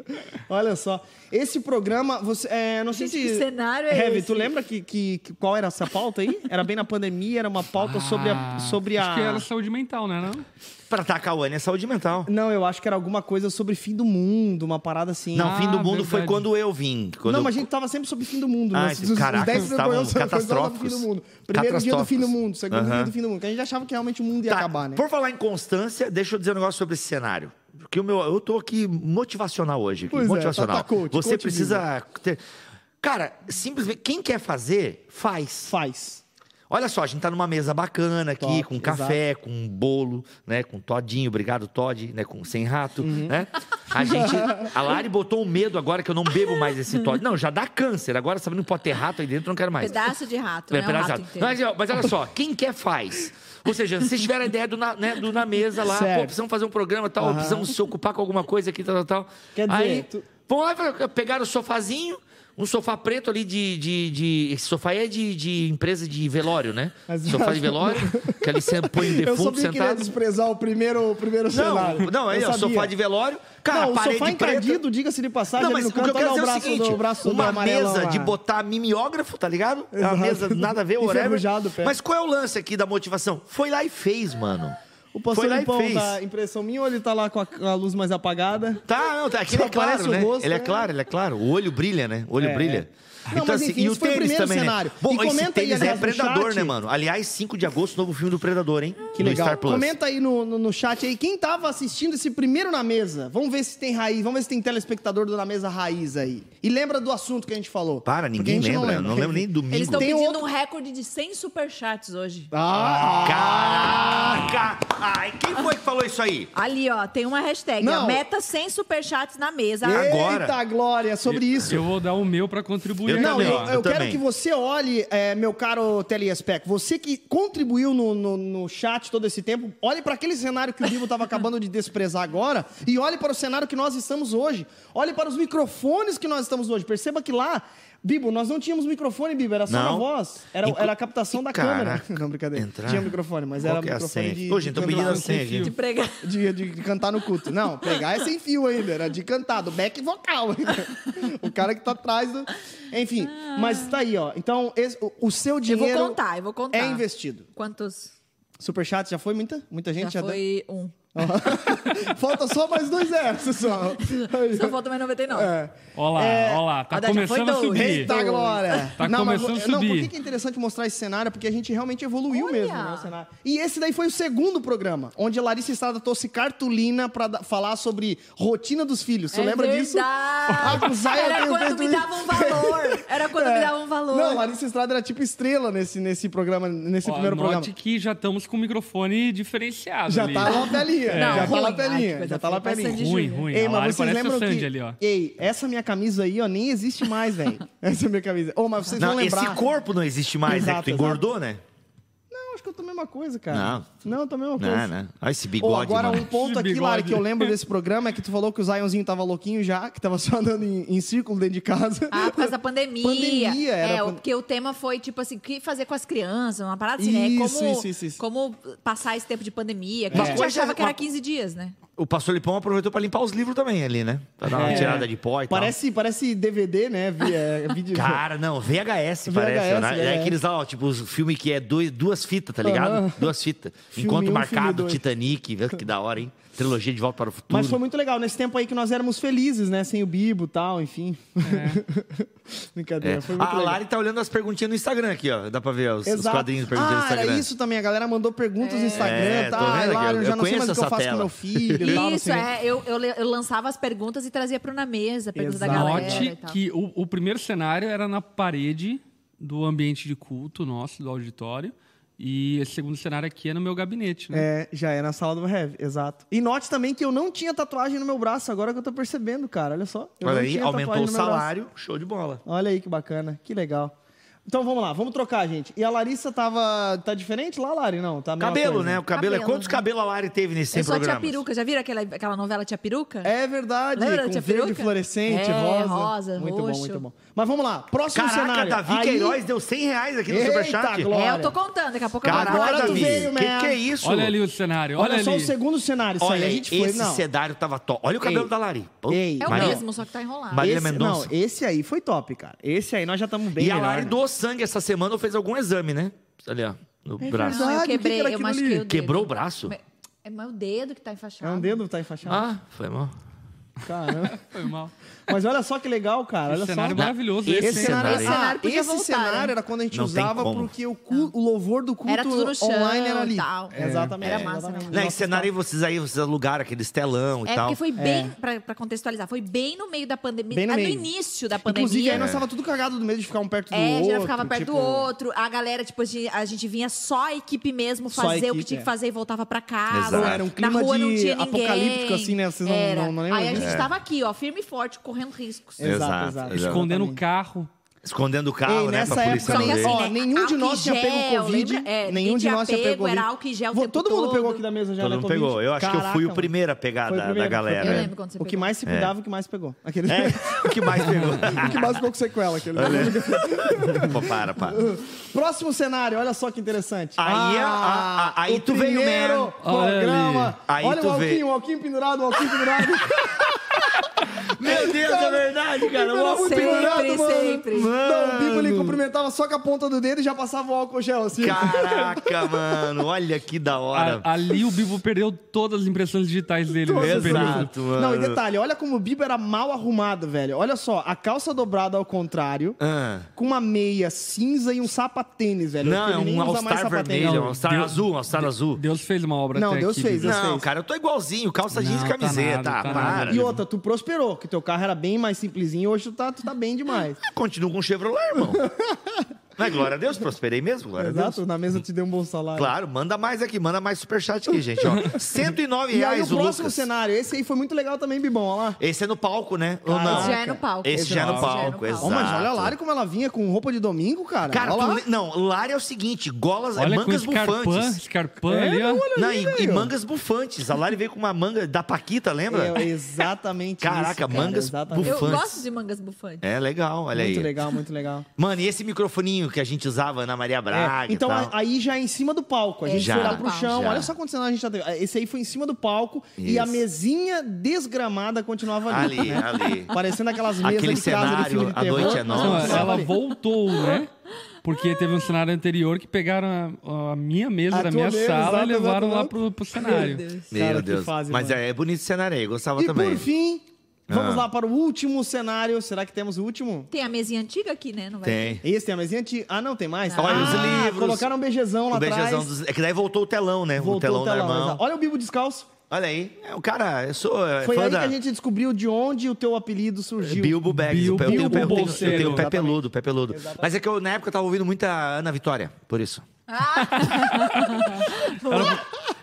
A: Olha só. Esse programa, você, é, não sei
C: Gente,
A: se...
C: que cenário é
A: Heavy,
C: esse?
A: tu lembra que, que- que- qual era essa pauta aí? Era bem na pandemia, era uma pauta sobre a...
D: Ah,
A: Sobre a...
D: Acho que era saúde mental, né? Não?
E: Pra tá a Cauane é saúde mental.
A: Não, eu acho que era alguma coisa sobre fim do mundo, uma parada assim.
E: Não,
D: Ah,
E: fim do mundo foi
D: verdade.
E: quando eu vim. Quando
A: Não,
E: eu-
A: mas a gente tava sempre sobre fim do mundo.
E: Ah,
A: né?
E: esses caracas estavam catastróficos.
A: fim do mundo. Primeiro dia do fim do
E: Catastróficos.
A: mundo, segundo dia
E: Aham.
A: do fim do mundo. Que a gente achava que realmente o mundo ia
E: Tá,
A: acabar, né?
E: Por falar em constância, deixa eu dizer um negócio sobre esse cenário. Porque o meu, eu tô aqui motivacional hoje. aqui,
A: Pois é,
E: motivacional.
A: tá, tá, coach,
E: Você
A: coach
E: precisa ter. Cara, simplesmente, quem quer fazer, faz.
A: Faz.
I: Olha só, a gente tá numa mesa bacana aqui,
A: Top,
I: com café, com bolo, né? Com todinho, obrigado, Todd, né? Com sem rato,
A: Uhum.
I: né? A gente. A Lari botou um medo agora que eu não bebo mais esse Todd. Não, já dá câncer. Agora sabendo que pode ter rato aí dentro, eu não quero mais.
C: Pedaço de rato,
I: É,
C: né? Um
I: pedaço
C: rato
I: de rato.
C: inteiro.
I: Mas, ó, mas olha só, quem quer faz. Ou seja, se vocês tiverem a ideia do na, né, do na mesa lá,
A: Certo.
I: pô, precisamos fazer um programa tal, precisamos se ocupar com alguma coisa aqui, tal, tal, tal.
A: Quer dizer,
I: aí,
A: tu-
I: vão lá, pra- pegaram o sofazinho, um sofá preto ali de... de, de- esse sofá aí é de, de empresa de velório, né?
A: Mas-
I: sofá de velório, que ali você põe o
A: Eu
I: defunto
A: sabia que ele ia
I: sentado.
A: desprezar o primeiro, o primeiro
I: Não,
A: cenário.
I: não, aí
A: Eu
I: ó,
A: sabia.
I: sofá de velório,
A: Não,
I: cara,
A: o
I: Tá, parede
A: sofá é
I: preta.
A: encardido, diga-se Tá de passagem,
I: Não,
A: ali
I: mas
A: no
I: o que eu
A: canto,
I: quero
A: olha lá
I: dizer
A: o
I: é o
A: braço
I: seguinte:
A: do braço do
I: uma
A: amarelo
I: mesa
A: lá.
I: de botar mimeógrafo, tá ligado? É uma
A: Exato.
I: mesa nada a ver, whatever.
A: Enferrujado o pé.
I: Mas qual é o lance aqui da motivação? Foi lá e fez, mano.
A: O
I: Foi
A: pastor
I: lá e
A: limpão
I: fez.
A: da impressão minha ou ele tá lá com a, com a luz mais apagada?
I: Tá, não, tá, aqui ele é
A: Só aparece
I: claro,
A: o
I: né?
A: rosto,
I: ele é
A: né?
I: claro, ele é claro. O olho brilha, né? O olho
A: É,
I: brilha. Então,
A: é.
I: assim,
A: Não, mas enfim, esse foi o primeiro cenário.
I: né? Bom,
A: E
I: esse
A: comenta aí,
I: tênis é
A: aliás, no
I: Predador,
A: chat.
I: né, mano? Aliás, 5 de agosto, novo filme do Predador, hein?
A: Que
I: no
A: legal.
I: Star Plus.
A: Comenta aí no, no, no chat aí quem tava assistindo esse primeiro na mesa. Vamos ver se tem raiz, vamos ver se tem telespectador do na mesa raiz aí. E lembra do assunto que a gente falou.
I: Para,
A: Porque
I: ninguém
A: a gente
I: lembra. eu Não lembro nem domingo.
C: Eles estão
A: Tem
C: pedindo
A: outro-
C: um recorde de 100 superchats hoje.
A: Ah,
I: Caraca! Ai, quem foi que falou isso aí?
C: Ali, ó, tem uma hashtag.
A: Não.
C: ó, meta 100 superchats na mesa.
I: Agora.
A: Eita, Glória, sobre isso.
D: Eu vou dar o meu pra contribuir.
I: Eu
D: aqui,
A: Não,
I: também,
A: eu,
I: ó.
D: ó.
A: eu quero
I: também.
A: que você olhe, é, meu caro Telespec, você que contribuiu no, no, no chat todo esse tempo, olhe para aquele cenário que o Vivo estava acabando de desprezar agora e olhe para o cenário que nós estamos hoje. Olhe para os microfones que nós estamos hoje. Perceba que lá, Bibo, nós não tínhamos microfone, Bibo, era só
I: Não.
A: na voz. Era,
I: Inclu-
A: era a captação da câmera.
I: Caraca,
A: Não, brincadeira.
I: entrar.
A: Tinha microfone, mas
I: Qual
A: era
I: que é a
A: microfone
I: senha?
A: de.
I: Ô, gente, tô
A: de
I: pedindo
A: cantar
I: a
A: no
I: senha
A: fio.
I: aqui.
C: De pregar.
A: De, de cantar no culto. Não, pegar é sem fio ainda, era de cantar, do back vocal. ainda. o cara que tá atrás do. Enfim, mas tá aí, ó. Então, esse- o, o seu
C: Ah. Eu
A: dinheiro.
C: vou contar, eu vou contar.
A: É investido.
C: Quantos?
A: Superchat já foi muita? Muita gente é já,
C: Já foi um.
A: deu? Ó. Falta só mais dois zeros, só. Aí,
C: Só falta mais 99.
A: é.
D: Ó lá,
A: É,
D: ó lá, tá
C: ó, já foi
D: começando a
C: dois.
D: subir.
A: Eita, Glória!
D: Tá
A: mas
D: começando
A: vo-
D: a
A: Não, por
D: subir.
A: que que é interessante mostrar esse cenário? Porque a gente realmente evoluiu
C: Olha!
A: mesmo, né, o cenário. E esse daí foi o segundo programa, onde a Larissa Estrada trouxe cartolina pra da- falar sobre rotina dos filhos. Você
C: é
A: lembra
C: verdade.
A: disso? A Cusaia
C: Era
A: tem um
C: quando
A: texto
C: me
A: muito-
C: davam valor. Era quando me davam valor.
A: Não, Larissa Estrada era tipo estrela nesse, nesse programa, nesse
D: Ó,
A: primeiro programa.
D: note que já estamos com o microfone diferenciado
A: Já
D: ali.
A: tá lá a telinha.
C: Não,
A: já tá lá a
C: ruim. Ai, que
A: telinha.
C: coisa
A: Já tá lá a
C: feia.
A: telinha.
C: Parece de
D: Ruim,
C: Júlia.
D: É. ruim.
A: Ei,
D: a
A: mas
D: Lari
A: vocês
D: parece o
A: lembram
D: Sandy
A: que...
D: ali, ó.
A: Ei, essa minha camisa aí, ó, nem existe mais, velho. essa é minha camisa. Ô, mas vocês
I: Não,
A: vão lembrar...
I: esse corpo não existe mais, né? Que
A: Exato,
I: tu engordou, né?
A: Não, acho que eu tô a mesma coisa, cara.
I: Não.
A: Não, eu tô a mesma coisa.
I: Não, não. Olha esse
A: Ou
I: bigode,
A: agora um
I: mano.
A: ponto
D: Esse
A: aqui, Lara,
D: bigode.
A: que eu lembro desse programa é que tu falou que o Zionzinho tava louquinho já, que tava só andando em, em círculo dentro de casa.
C: Ah, por causa da pandemia.
A: Pandemia, era
C: É,
A: pan-
C: porque o tema foi, tipo assim, o que fazer com as crianças, uma parada assim, né?
A: Isso,
C: Como,
A: isso, isso, É. isso.
C: como passar esse tempo de pandemia, que
I: Uma
C: a gente
I: coisa-
C: achava que era
I: uma-
C: 15 dias, né?
I: O pastor Lipão aproveitou pra limpar os livros também ali, né? Pra dar uma
A: É.
I: tirada de pó e tal.
A: Parece, parece DVD, né? Vi- é, vídeo-
I: Cara, não, VHS, parece.
A: VHS,
I: né? É
A: VHS.
I: aqueles lá, ó, tipo, os filme que é dois, duas fitas, tá ligado?
A: Aham.
I: Duas fitas.
A: Filme
I: Enquanto
A: um, filme
I: marcado,
A: dois.
I: Titanic, vê que da hora, hein? Trilogia de Volta para o Futuro.
A: Mas foi muito legal, nesse tempo aí que nós éramos felizes, né? Sem o Bibo e tal, enfim. Brincadeira,
I: É.
A: foi muito
I: Ah, a
A: legal.
I: Lari tá olhando as perguntinhas no Instagram aqui, ó. Dá pra ver ó, os, os
A: Exato.
I: quadrinhos de perguntinhas no
A: Ah,
I: Instagram.
A: era isso também. A galera mandou perguntas no Instagram.
I: É, tô
A: Tá, ah,
I: vendo
A: Lari,
I: aqui,
A: eu
I: eu-
A: já
I: eu
A: não sei mais
I: conheço
A: o que eu
I: essa
A: faço com
I: tela.
A: meu filho. e tal, não
C: Isso,
A: sei o quê.
C: é. Eu, eu, le- eu lançava as perguntas e trazia pro É Na Mesa, a pergunta da
A: Exato.
C: galera e
D: Note
C: tal.
D: que o, o primeiro cenário era na parede do ambiente de culto nosso, do auditório. E esse segundo cenário aqui é no meu gabinete, né?
A: É, já é na sala do Heavy, exato. E note também que eu não tinha tatuagem no meu braço, agora que eu tô percebendo, cara. Olha só. Eu
I: Olha
A: não
I: aí,
A: tinha
I: aumentou
A: tatuagem
I: o
A: no meu braço.
I: salário, show de bola.
A: Olha aí que bacana, que legal. Então vamos lá, vamos trocar, gente. E a Larissa tava. Tá diferente lá, Lari? Não, tá a mesma
I: Cabelo,
A: coisa.
I: né? O cabelo. é
C: Cabelo,
I: Quantos
C: né?
I: cabelos a Lari teve nesse
C: Eu
I: 100
C: sou a Tia
I: programas?
C: Peruca, já viram aquela, aquela novela Tia Peruca?
A: É verdade,
C: Lembra da
A: com
C: tia
A: verde
C: peruca?
A: fluorescente,
C: É,
A: rosa.
C: rosa,
A: muito bom,
C: roxo.
A: muito bom. Mas vamos lá, próximo
I: Caraca,
A: cenário.
I: Davi
A: Aí-
I: Queiroz deu 100 reais aqui no
A: Eita,
I: Superchat.
A: Glória.
C: É, eu tô contando, daqui a pouco eu vou
I: Caraca,
A: Agora tu
I: Davi.
A: veio,
I: que
A: né?
I: que é isso?
D: Olha ali o cenário, olha,
A: Olha, só
D: ali.
A: o segundo cenário, isso aí.
I: Olha,
A: A gente foi,
I: esse
A: não.
I: cenário tava top. Olha o cabelo
A: Ei.
I: da Lari. Pô,
A: Ei.
C: É o
I: Maria-
C: mesmo, só que tá enrolado.
I: Maria- Marília
A: Esse, não,
I: é Mendonça.
A: esse aí foi top, cara. Esse aí nós já estamos bem
I: E a
A: melhor.
I: Lari doou sangue essa semana ou fez algum exame, né? Ali, ó, no braço.
A: Verdade,
C: Não, eu
A: o que que
C: quebrei,
A: era
C: eu
A: aquilo
C: machuquei
A: ali?
C: o dedo.
I: Quebrou o braço?
C: É mas o dedo que tá enfaixado.
D: Ah.
A: É um dedo que tá enfaixado.
I: Ah, foi mal.
A: Caramba.
D: Foi mal.
A: Mas olha só que legal, cara. Olha
D: Esse cenário é
A: só.
D: maravilhoso.
I: Esse
A: Esse cenário,
I: cenário-
A: esse
I: Esse
C: cenário podia
A: esse
C: voltar,
A: cenário
C: né?
A: era quando a gente
I: Não tem
A: usava
I: como.
A: porque o, cu- o louvor do culto
C: Era tudo no chão,
A: online era ali.
C: tal. É.
A: Exatamente.
C: Era massa,
A: exatamente.
C: né?
I: Não, esse
A: Nossa, tá-
I: cenário aí vocês aí, vocês alugaram aqueles telão e
C: É
I: tal.
C: porque foi bem, pra, pra contextualizar, foi bem no meio da pandemia.
A: Bem no
C: ah,
A: meio.
C: início
I: é
C: da pandemia.
A: Inclusive, aí nós tava tudo cagado do medo de ficar um perto do
C: É, a
A: outro.
C: gente ficava perto do
A: tipo,
C: outro. A galera, tipo, a gente, a gente vinha só a equipe mesmo
A: Só a
C: fazer o
A: equipe,
C: que
A: é.
C: tinha que fazer e voltava pra casa.
I: Exato.
A: Era um
C: Na
A: clima
C: rua não
A: de
C: tinha ninguém.
A: apocalíptico, assim, né? Vocês não-
C: Era.
A: não- não lembram
C: Aí a
A: disso? É.
C: gente tava aqui, ó, firme e forte, correndo riscos.
A: Exato,
I: Exato,
A: exato.
I: exato.
D: Escondendo o carro.
I: Escondendo o
A: Ei,
I: carro, né?
A: nessa
I: Pra polícia
A: época,
I: não
A: nem, assim,
I: ver.
C: Só
A: ó,
C: né?
A: nenhum de
C: Álcool
A: nós
C: em
A: tinha
C: gel,
A: pego Covid.
C: lembra? É,
A: nenhum
C: ninguém
A: de
C: tinha
A: nós tinha
C: pego,
A: pego Covid.
C: era álcool em gel o
A: Vo-
C: tempo
A: Todo mundo
C: todo.
A: pegou aqui da mesa já,
I: Todo
A: né,
I: mundo
A: Covid?
I: pegou. Eu acho que eu
A: Caraca,
I: fui o
A: mano.
I: primeiro a pegar
A: Foi o
I: da,
A: primeiro,
I: da galera.
C: foi o primeiro. lembro quando você
A: O que
C: pegou.
A: mais se cuidava, o que mais pegou. Aquele...
I: É, o que mais pegou? né?
A: o que mais ficou com sequela. Aquele...
I: Pô, para, para.
A: Próximo cenário, olha só que interessante. Ah,
I: Aí, é a- a- aí
A: o
I: tu veio,
A: primeiro
I: man.
A: programa.
I: Olha ali. Aí
A: olha o
I: tu
A: Alquinho,
I: veio.
A: o Alquinho pendurado, o Alquinho pendurado.
I: Meu Deus, é verdade, cara.
A: Era muito
C: Sempre,
A: pendurado, mano.
C: sempre.
A: Não, o Bibo ele cumprimentava só com a ponta do dedo e já passava o álcool gel, assim.
I: Caraca, mano. Olha que da hora.
D: A- ali o Bibo perdeu todas as impressões digitais dele. né? nesse período.
I: Exato, mano.
A: Não, e detalhe, olha como o Bibo era mal arrumado, velho. Olha só, a calça dobrada ao contrário,
I: Ah.
A: com uma meia cinza e um sapatênis, velho.
I: Não,
A: Porque
I: é
A: ele nem
I: um
A: usa mais
I: All-Star
A: sapatênis.
I: vermelho, é um
A: Não.
I: All-Star
D: Deus-
I: azul, um All-Star azul.
D: Deus fez uma obra
A: Não,
D: até
A: Deus
D: aqui,
A: fez,
D: Bibo.
A: Deus
I: Não,
A: fez.
I: cara, eu tô igualzinho, calça jeans
D: Não,
I: e
D: tá
I: camiseta.
D: nada,
I: ah,
D: tá
I: para.
D: nada.
A: E outra, tu prosperou, que teu carro era bem mais simplesinho, hoje tu tá, tu tá bem demais.
I: Continua com o Chevrolet, irmão. Mas glória a Deus, prosperei mesmo, glória a Deus.
A: Exato, na mesa te deu um bom salário.
I: Claro, manda mais aqui, manda mais superchat aqui, gente. Ó, R$ 109
A: E aí
I: reais
A: o
I: o
A: próximo
I: Lucas.
A: cenário, esse aí foi muito legal também, Bibão, olha lá.
I: Esse é no palco, né? Ou
A: Cara,
I: não?
C: Esse já é no palco.
I: Esse já é no palco,
A: Ó,
I: exato.
A: mas olha a Lari como ela vinha com roupa de domingo, cara.
I: Cara,
A: olha
I: tu
A: lá.
I: le- não, Lari é o seguinte, golas, é
D: Olha com
I: mangas
D: escarpã,
I: bufantes.
D: escarpã
A: É,
D: ali, ó.
I: Não,
A: ali,
I: e, e
A: velho.
I: mangas bufantes. A Lari veio com uma manga da Paquita, lembra?
A: É, exatamente
I: Caraca,
A: isso, cara,
I: mangas
A: exatamente.
C: Eu
I: Bufantes.
C: gosto de mangas bufantes.
I: É legal, olha
A: Muito
I: aí.
A: legal, muito legal.
I: Mano, e esse microfoninho que a gente usava na Maria
A: É,
I: Braga e
A: então
I: tal?
A: a- aí já é em cima do palco. A gente
I: Já,
A: foi lá pro chão.
I: já.
A: Olha só quantos cenários a gente já teve. Esse aí foi em cima do palco e a
I: Isso.
A: mesinha desgramada continuava ali.
I: Ali,
A: né?
I: ali.
A: Parecendo aquelas mesas
I: Aquele
A: de casa de
I: cenário,
A: filme de
I: a
A: terror.
I: noite é
A: mas
I: nossa.
A: continuava
D: Então, ela
A: ali.
D: voltou, né? Porque teve um cenário anterior que pegaram a, a minha mesa
A: A tua
D: da minha
A: mesa,
D: sala e
A: exato,
D: levaram
A: exato.
D: lá pro, pro cenário.
I: Meu
A: Cara, que
I: Deus.
A: fase,
I: Mas
A: mano.
I: é, é bonito esse cenário aí, eu gostava
A: E
I: também.
A: por fim, vamos
I: Ah.
A: lá para o último cenário. Será que temos o último?
C: Tem a mesinha antiga aqui, né? Não vai
I: Tem.
A: Esse tem a mesinha antiga. Ah, não, tem mais.
I: Olha
A: ah,
I: os livros.
A: Colocaram um beijezão lá
I: O beijezão
A: atrás.
I: dos... É que daí voltou o telão, né?
A: Voltou
I: o telão, da irmã.
A: exato. Olha o Bibo descalço.
I: Olha aí. É, o cara, eu sou é,
A: Foi
I: fã
A: aí
I: da...
A: que a gente descobriu de onde o teu apelido surgiu.
I: Bilbo Bags. Eu
D: Bilbo
I: tenho- eu tenho- eu tenho- eu
D: Bolseiro.
I: tenho o pé
A: Exatamente.
I: peludo, pé peludo. Mas é que eu, na época, eu tava ouvindo muita Ana Vitória, por isso.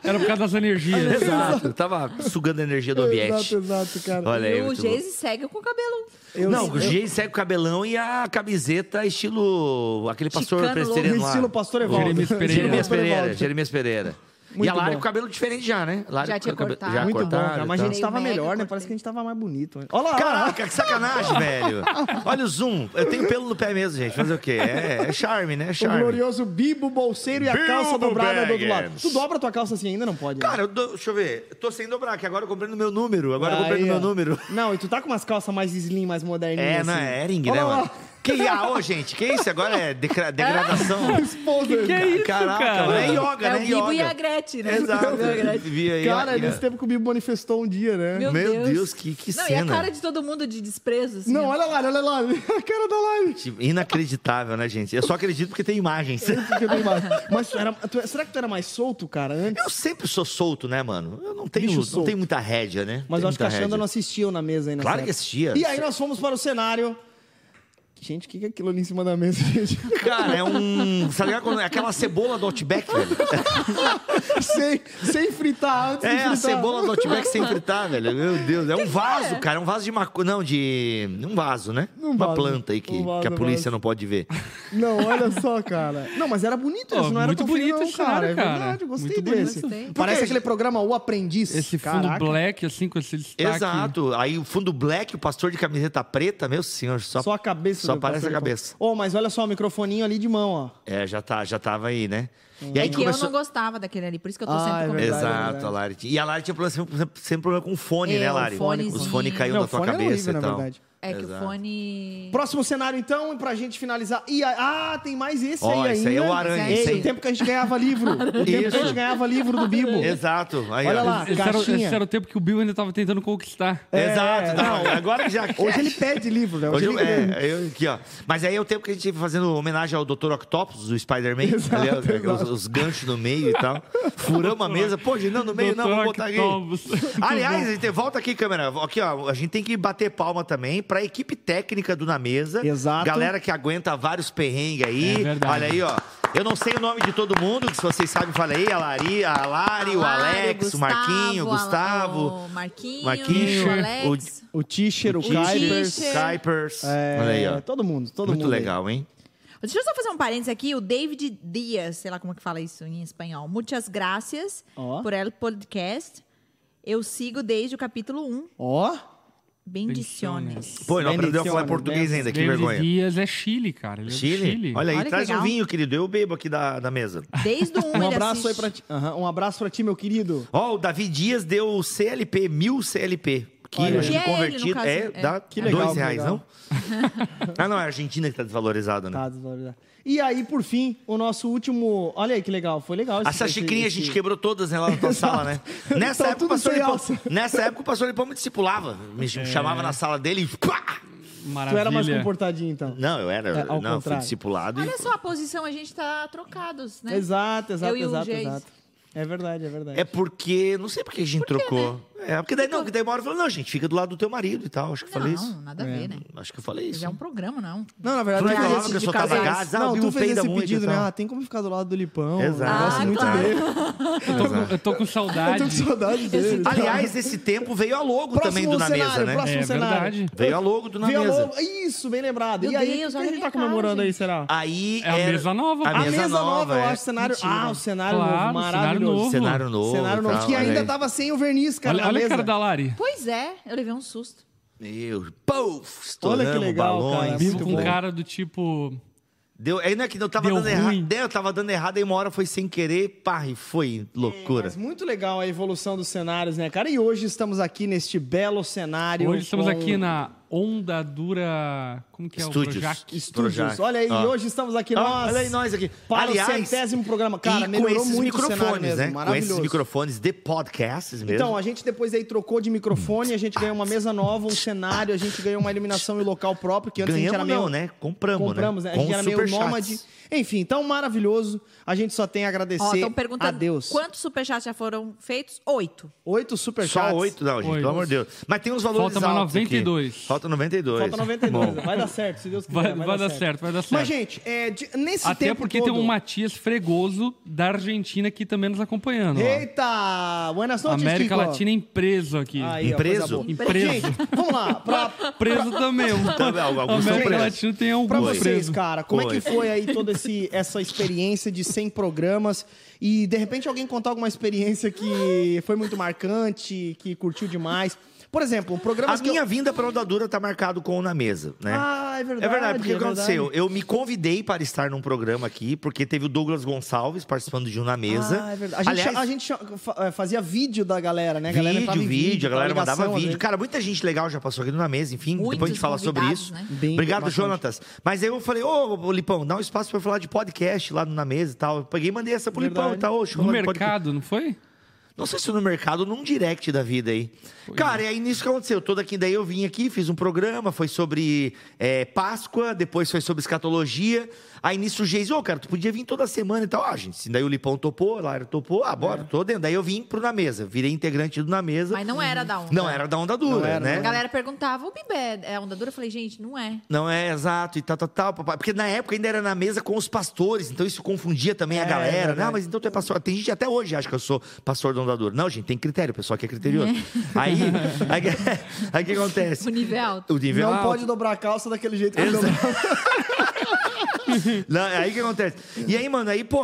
D: Era por causa das energias.
I: Exato. Eu tava sugando a energia do ambiente.
A: Exato, exato, cara.
I: Olha
C: ter.
I: aí.
C: E o
I: é muito louco.
C: Geise segue com o cabelo.
A: Eu-
I: Não, o
A: eu-
I: Gê segue o cabelão e a camiseta estilo... Aquele pastor
C: Chicano louco.
I: presteriano lá.
A: Estilo Pastor Evaldo.
D: Jeremias Pereira.
I: Jeremias Pereira,
A: Evaldo.
I: Jeremias Pereira.
A: Muito
I: e a Lari
A: bom.
I: com cabelo diferente já, né? Lari
C: Já
I: com
C: tinha
I: cabelo-
C: cortado.
I: Já
A: Muito Tá bom,
I: cortaram
A: cara.
I: e
A: Mas a
I: tal.
A: gente tava
C: Mega
A: melhor, né?
C: cortei.
A: Parece que a gente tava mais bonito. Olha lá, olha lá.
I: Caraca, que sacanagem, velho. Olha o zoom. Eu tenho pelo no pé mesmo, gente. Fazer o quê? É, é charme, né? É
A: O
I: charme.
A: glorioso Bibo, bolseiro e a
I: Bilbo
A: calça dobrada do outro lado.
I: Baggins.
A: Tu dobra tua calça assim ainda? Não pode. né?
I: Cara, eu dou- deixa eu ver. Eu tô sem dobrar, que agora eu comprei no meu número. Agora eu comprei
A: Aí,
I: no meu
A: ó.
I: número.
A: Não, e tu tá com umas calças mais slim, mais moderninhas.
I: É,
A: assim.
I: na Ering, né,
A: Olha lá,
I: mano? Que ah, ô, gente, que isso? Agora é decra- degradação.
A: Esposa.
I: é
D: Que isso,
I: Caraca,
D: cara?
I: é yoga,
C: É
I: né?
C: o Bibo
I: yoga.
C: e a Gretchen, né?
I: Exato.
C: Bibo e a Gretchen.
I: Vi aí,
A: Cara,
I: ó,
A: ele teve que o Bibo manifestou um dia, né?
C: Meu,
I: Meu Deus, que- que
C: não,
I: cena.
C: E a cara de todo mundo de desprezo, assim.
A: Não,
C: ó.
A: olha lá, olha lá. A cara da live.
I: Tipo, Inacreditável, né, gente? Eu só acredito porque tem imagens.
A: Porque tem mais. Mas tu era- tu- será que tu era mais solto, cara, antes?
I: Eu sempre sou solto, né, mano? Eu não tenho,
A: Bicho
I: não
A: solto.
I: tenho muita rédea, né?
A: Mas
I: Tenho
A: eu acho que a
I: muita
A: Xanda
I: rédea.
A: não assistiu na mesa aí nessa
I: Claro que
A: época.
I: assistia.
A: E aí nós fomos para o cenário. Gente, o que que é aquilo ali em cima da mesa, gente?
I: Cara, é um. Sabe ligado quando- aquela cebola do Outback, velho?
A: sem, sem fritar antes de
I: É,
A: fritar.
I: a cebola do Outback sem fritar, velho. Meu Deus. É um vaso, cara. É um vaso de maco. Não, de. Um vaso, né?
A: Um
I: Uma
A: vaso.
I: planta aí que,
A: Um vaso,
I: que a
A: um
I: polícia
A: vaso.
I: não pode ver.
A: Não, olha só, cara. Não, mas era bonito isso,
D: Ó,
A: não era
D: muito
A: tão feio
D: bonito
A: não,
D: esse
A: cara.
D: cenário,
A: É
D: cara.
A: verdade, eu gostei
D: Muito bonito
A: desse.
D: esse
A: Parece aquele programa O Aprendiz.
D: Esse fundo
A: Caraca.
D: black, assim, com esse destaque.
I: Exato. Aí o fundo black, o pastor de camiseta preta, meu senhor, só.
A: Só a cabeça.
I: Só
A: do
I: aparece a
A: pastor.
I: cabeça.
A: Ô, mas olha só, o microfoninho ali de mão, ó.
I: É, já, tá, já tava aí, né? E
C: É
A: Hum.
I: aí
C: que
I: começou...
C: eu não gostava daquele ali, por isso que eu tô
A: Ah, é
C: sempre
A: verdade.
C: com
I: Exato, a Lari. tinha- E a Lari tinha problema- sempre, sempre problema com fone,
C: É,
I: né,
C: o
I: Lari? Os
C: fonezinho.
I: fones caíam
A: Não,
I: da tua
A: fone era
I: cabeça
A: horrível,
I: então. e
A: na
I: tal.
A: verdade.
C: É que o
I: Exato.
C: fone.
A: Próximo cenário, então, e pra gente finalizar. E a- ah, tem mais esse
I: Ó,
A: aí
I: esse aí
A: ainda.
I: é o aranha,
A: Ei,
I: esse aí.
A: o tempo que a gente ganhava livro. O tempo que a gente
I: Isso.
A: ganhava livro do Bibo.
I: Exato. Aí,
A: Olha
I: ó.
A: lá.
D: Esse era, o-
A: Caixinha.
D: esse era o tempo que o Bill ainda tava tentando conquistar.
I: É, Exato. Não, agora que já.
A: é, Hoje ele pede livro, né?
I: Hoje eu,
A: ele ganha.
I: é, eu- aqui, ó. Mas aí é o tempo que a gente fazendo homenagem ao Dr. Octopus, do Spider-Man.
A: Exato,
I: Ali, ó,
A: exato.
I: Os, os ganchos no meio e tal. Furamos a mesa. Pô, não, no meio não,
D: Dr.
I: vou botar aqui.
D: Octopus.
I: Aliás, gente, volta aqui, câmera. Aqui, ó, a gente tem que bater palma também pra equipe técnica do Na Mesa.
A: Exato.
I: Galera que aguenta vários perrengues aí.
D: É verdade.
I: Olha aí, ó. Eu não sei o nome de todo mundo, que se vocês sabem, fala aí. A Lari, a Lari, o
C: Alário,
I: Alex, o Marquinho, o
C: Ala-
I: Gustavo,
C: o Marquinho,
I: Marquinho,
C: o Alex.
A: O Tischer, o Kuipers.
C: Tischer.
I: Kuipers.
A: É,
I: Olha aí, ó.
A: Todo mundo, todo
I: Muito
A: mundo. aí.
I: legal, hein?
C: Deixa eu só fazer um parênteses aqui. O David Dias, sei lá como é que fala isso em espanhol. Muchas gracias
A: Ó.
C: por el podcast. Eu sigo desde o capítulo 1.
A: Ó, um
C: Bendiciones.
I: Pô, não aprendeu a falar
A: Bendiciones,
I: português ainda, que
D: David
I: vergonha.
D: Dias é Chile, cara. Ele é do
I: Chile?
D: Chile.
I: Olha aí,
C: Olha que
I: traz um
C: legal.
I: vinho, querido. Eu bebo aqui da, da mesa.
C: Desde o 1
A: um
C: ele
A: abraço
C: assiste.
A: aí pra ti. Aham, um abraço pra ti, meu querido.
I: Ó, o Davi Dias deu o CLP, mil CLP. Que
A: Olha aí.
I: eu acho
C: Que
I: que
C: é ele, no
I: convertido
C: caso,
I: é,
C: é.
I: dá
A: Que legal,
I: dois
A: que
I: reais,
A: legal.
I: não? ah, não, é a Argentina que tá desvalorizada, né?
A: Tá, desvalorizado. E aí, por fim, o nosso último. Olha aí que legal, foi legal. esse-
I: Essa
A: esse-
I: xicrinha a gente
A: esse-
I: quebrou todas né, lá na tua sala, né? Nessa
A: Tá
I: época, o
A: tudo
I: pastor
A: sem
I: Lipão,
A: alça. É.
I: nessa época o pastor Lipão me discipulava. Me chamava na sala dele e pá!
D: Maravilha.
A: Tu era mais comportadinho, então.
I: Não, eu era.
A: É, ao
I: não, eu fui
A: contrário.
I: discipulado. e-
C: Olha só a posição, a gente tá trocados, né?
A: Exato, exato,
C: Eu e o
A: exato,
C: Jason.
A: exato. É verdade, é verdade.
I: É porque. Não sei porque a gente trocou.
C: né?
I: É, porque daí não, que daí uma hora falou, não, gente, fica do lado do teu marido e tal. Acho que eu
C: Não,
I: falei isso.
C: nada a ver, né?
I: Acho que eu falei
C: Mas
I: isso.
C: é um programa, não.
A: Não, na verdade,
I: Tu não
A: eu
I: falava
A: fiz
I: que eu
A: esse
I: só
A: de
I: tava
A: casais.
I: gás? Ah, o
A: Não,
I: Bibo
A: tu fez
I: peida
A: esse
I: muito e
A: pedido, né?
I: tal.
A: Ah, tem como ficar do lado do Lipão.
I: Exato.
A: Eu gosto
C: Ah,
A: muito
C: claro.
A: dele.
D: Eu tô com, eu tô com
A: Eu
D: saudade.
A: tô com saudade dele.
I: Aliás,
C: é um
I: esse tempo veio a logo
A: Próximo
I: também do Na
A: cenário,
I: Mesa, né?
A: próximo
D: É
A: cenário.
D: verdade.
I: Veio a logo do Na
A: Veio a
I: Mesa.
A: logo- Isso, bem lembrado.
C: Meu
A: e aí,
C: Deus,
A: o que,
C: olha
A: que a gente
C: minha
A: tá
C: cara,
A: comemorando aí,
C: gente.
A: será?
I: Aí
D: É a
I: era-
D: mesa nova.
I: A
D: A
I: mesa, nova,
A: eu
I: é.
A: acho. Cenário...
C: Mentira.
A: Ah, o cenário
D: Claro,
A: novo,
D: cenário novo.
A: maravilhoso.
I: Cenário novo.
A: Cenário
I: e
A: novo,
I: tal,
A: que
I: olha
A: ainda tá
I: aí.
A: tava sem o verniz, cara,
D: Olha,
A: na
D: olha a
A: mesa.
D: cara da Lari.
C: Pois é, eu levei um susto.
I: Meu, puf, estouramos
A: Olha que legal,
I: balões.
A: cara, é
D: Vivo
A: Tá muito
D: com um
A: bom.
D: cara do tipo.
I: Deu, aí não é que eu tava
D: Deu
I: dando
D: ruim.
I: errado. Eu tava dando errado, aí uma hora foi sem querer, pá, e foi loucura.
A: É, Mas muito legal a evolução dos cenários, né, cara? E hoje estamos aqui neste belo cenário.
D: Hoje estamos
A: com-
D: aqui na Onda Dura. Como que é
I: Estúdios.
D: o Projac?
A: Estúdios.
I: Projac.
A: Olha aí,
I: Ó.
A: hoje estamos aqui
I: Ah,
A: nós.
I: Olha aí nós aqui.
A: Para
I: Aliás,
A: o centésimo programa. Cara,
I: e com
A: melhorou
I: esses
A: muito o cenário
I: microfones,
A: mesmo,
I: né? Com esses
A: maravilhoso.
I: microfones de podcasts mesmo.
A: Então, a gente depois aí trocou de microfone, a gente ganhou uma mesa nova, um cenário, a gente ganhou uma iluminação e um local próprio, que antes
I: Ganhamos
A: a gente era meio...
I: não, né? Compramos,
A: Compramos, né?
I: né?
A: A gente
I: Com
A: era meio
I: superchats.
A: nômade. Enfim, então maravilhoso. A gente só tem a
C: Ó,
A: agradecer
C: estão
A: a
C: perguntando
A: Deus.
C: quantos superchats já foram feitos? Oito.
A: Oito superchats.
I: Só oito, não, gente,
D: Oito.
I: pelo amor de Deus. Mas tem uns valores
D: Falta mais
I: altos aqui.
D: 92.
I: Falta 92.
A: Falta 92.
I: Bom,
A: Vai dar certo, se Deus quiser.
D: Vai, vai dar certo, vai dar certo.
A: Mas, gente, é, de- nesse
D: Até
A: tempo
D: porque
A: todo...
D: tem um Matias Fregoso da Argentina aqui também nos acompanhando. ó.
A: Eita! Buenas noches,
D: América
A: Kiko.
D: Latina em preso aqui.
A: Aí, ó,
I: Empreso?
A: coisa boa.
D: Empreso.
A: Gente, vamos lá. Pra,
D: Preso também.
I: Tá, bom, alguns são
D: América
I: presos.
D: Latina tem alguns
A: Pra
I: Foi.
A: vocês,
D: presos.
A: cara, como é
I: Foi.
A: que foi aí toda esse, essa experiência de 100 programas e de repente alguém contar alguma experiência que foi muito marcante, que curtiu demais? Por exemplo, um programa
I: A
A: que eu-
I: minha vinda para Onda Dura tá marcado com o na mesa, né?
A: Ah, é verdade.
I: É verdade, porque o que
A: verdade.
I: aconteceu? Eu me convidei para estar num programa aqui, porque teve o Douglas Gonçalves participando de um na mesa.
A: Ah, é verdade. A gente,
I: Aliás,
A: a gente cha- fa- eh, fazia vídeo da galera, né? A galera
I: vídeo,
A: entrava em
I: vídeo, a galera
A: ligação,
I: mandava
A: às
I: vídeo.
A: vezes.
I: Cara, muita gente legal já passou aqui no na mesa, enfim, depois a gente
C: Muitos
I: fala sobre
C: convidados,
I: isso.
C: né?
A: Bem
I: Obrigado,
A: bastante.
I: Jonatas. Mas aí eu falei, ô, Lipão, dá um espaço pra eu falar de podcast lá no na mesa e tal. Eu peguei e mandei essa pro Lipão e
A: Verdade.
I: tal. Ô, deixa eu
D: No
I: falar de podcast.
D: mercado, não foi?
I: Não sei se no mercado ou num direct da vida aí.
A: é.
I: Cara, e aí nisso que aconteceu. Toda aqui, daí eu vim aqui, fiz um programa, foi sobre é, Páscoa, depois foi sobre escatologia. Aí nisso o Geis, ô, cara, tu podia vir toda semana e tal. Ah, gente, se daí o Lipão topou, a Lara topou, ah,
A: É.
I: bora, tô dentro. Daí eu vim pro Na Mesa, virei integrante do Na Mesa.
C: Mas não era da onda.
I: Não era da onda
A: Não
I: dura,
A: era,
I: né?
C: A galera perguntava, o Bibé é onda dura? Eu falei, gente, não é.
I: Não é exato e tal, tal, tal, papai. Porque na época ainda era na mesa com os pastores, então isso confundia também a
A: É, é
I: galera.
A: verdade.
I: ah, mas então tu é pastor. Tem gente que até hoje acha que eu sou pastor do andador. Não, gente, tem critério, o pessoal que é criterioso. Aí, aí, que- aí o que acontece?
C: O nível é alto.
I: O nível
A: Não
I: alto.
A: pode dobrar a calça daquele jeito que eu dobrava.
I: Não, aí que acontece. E aí, mano, aí, pô,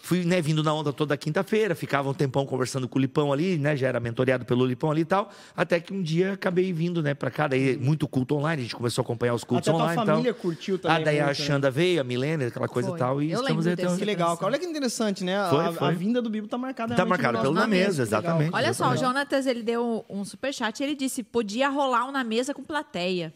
I: fui né, vindo na onda toda quinta-feira, ficava um tempão conversando com o Lipão ali, né? Já era mentoreado pelo Lipão ali e tal. Até que um dia acabei vindo, né, pra cá. Daí, muito culto online, a gente começou a acompanhar os cultos
A: Até tua
I: online. e
A: família
I: tal.
A: curtiu também
I: Ah, daí a
A: muito, né?
I: Xanda veio, a Milena, aquela coisa e
C: Foi.
I: tal. E
C: Eu
I: estamos
C: lembro
I: aí até
C: desse
I: hoje.
A: Que legal, cara. Olha que interessante, né? A-
I: Foi,
A: a,
I: foi.
A: a vinda do Bibo tá marcada
I: Tá
A: realmente
I: marcado
A: no
I: pelo
A: nosso-
I: na mesa, exatamente.
C: Olha só, o
I: exatamente.
C: Jonatas ele deu um superchat e ele disse: podia rolar um na mesa com plateia.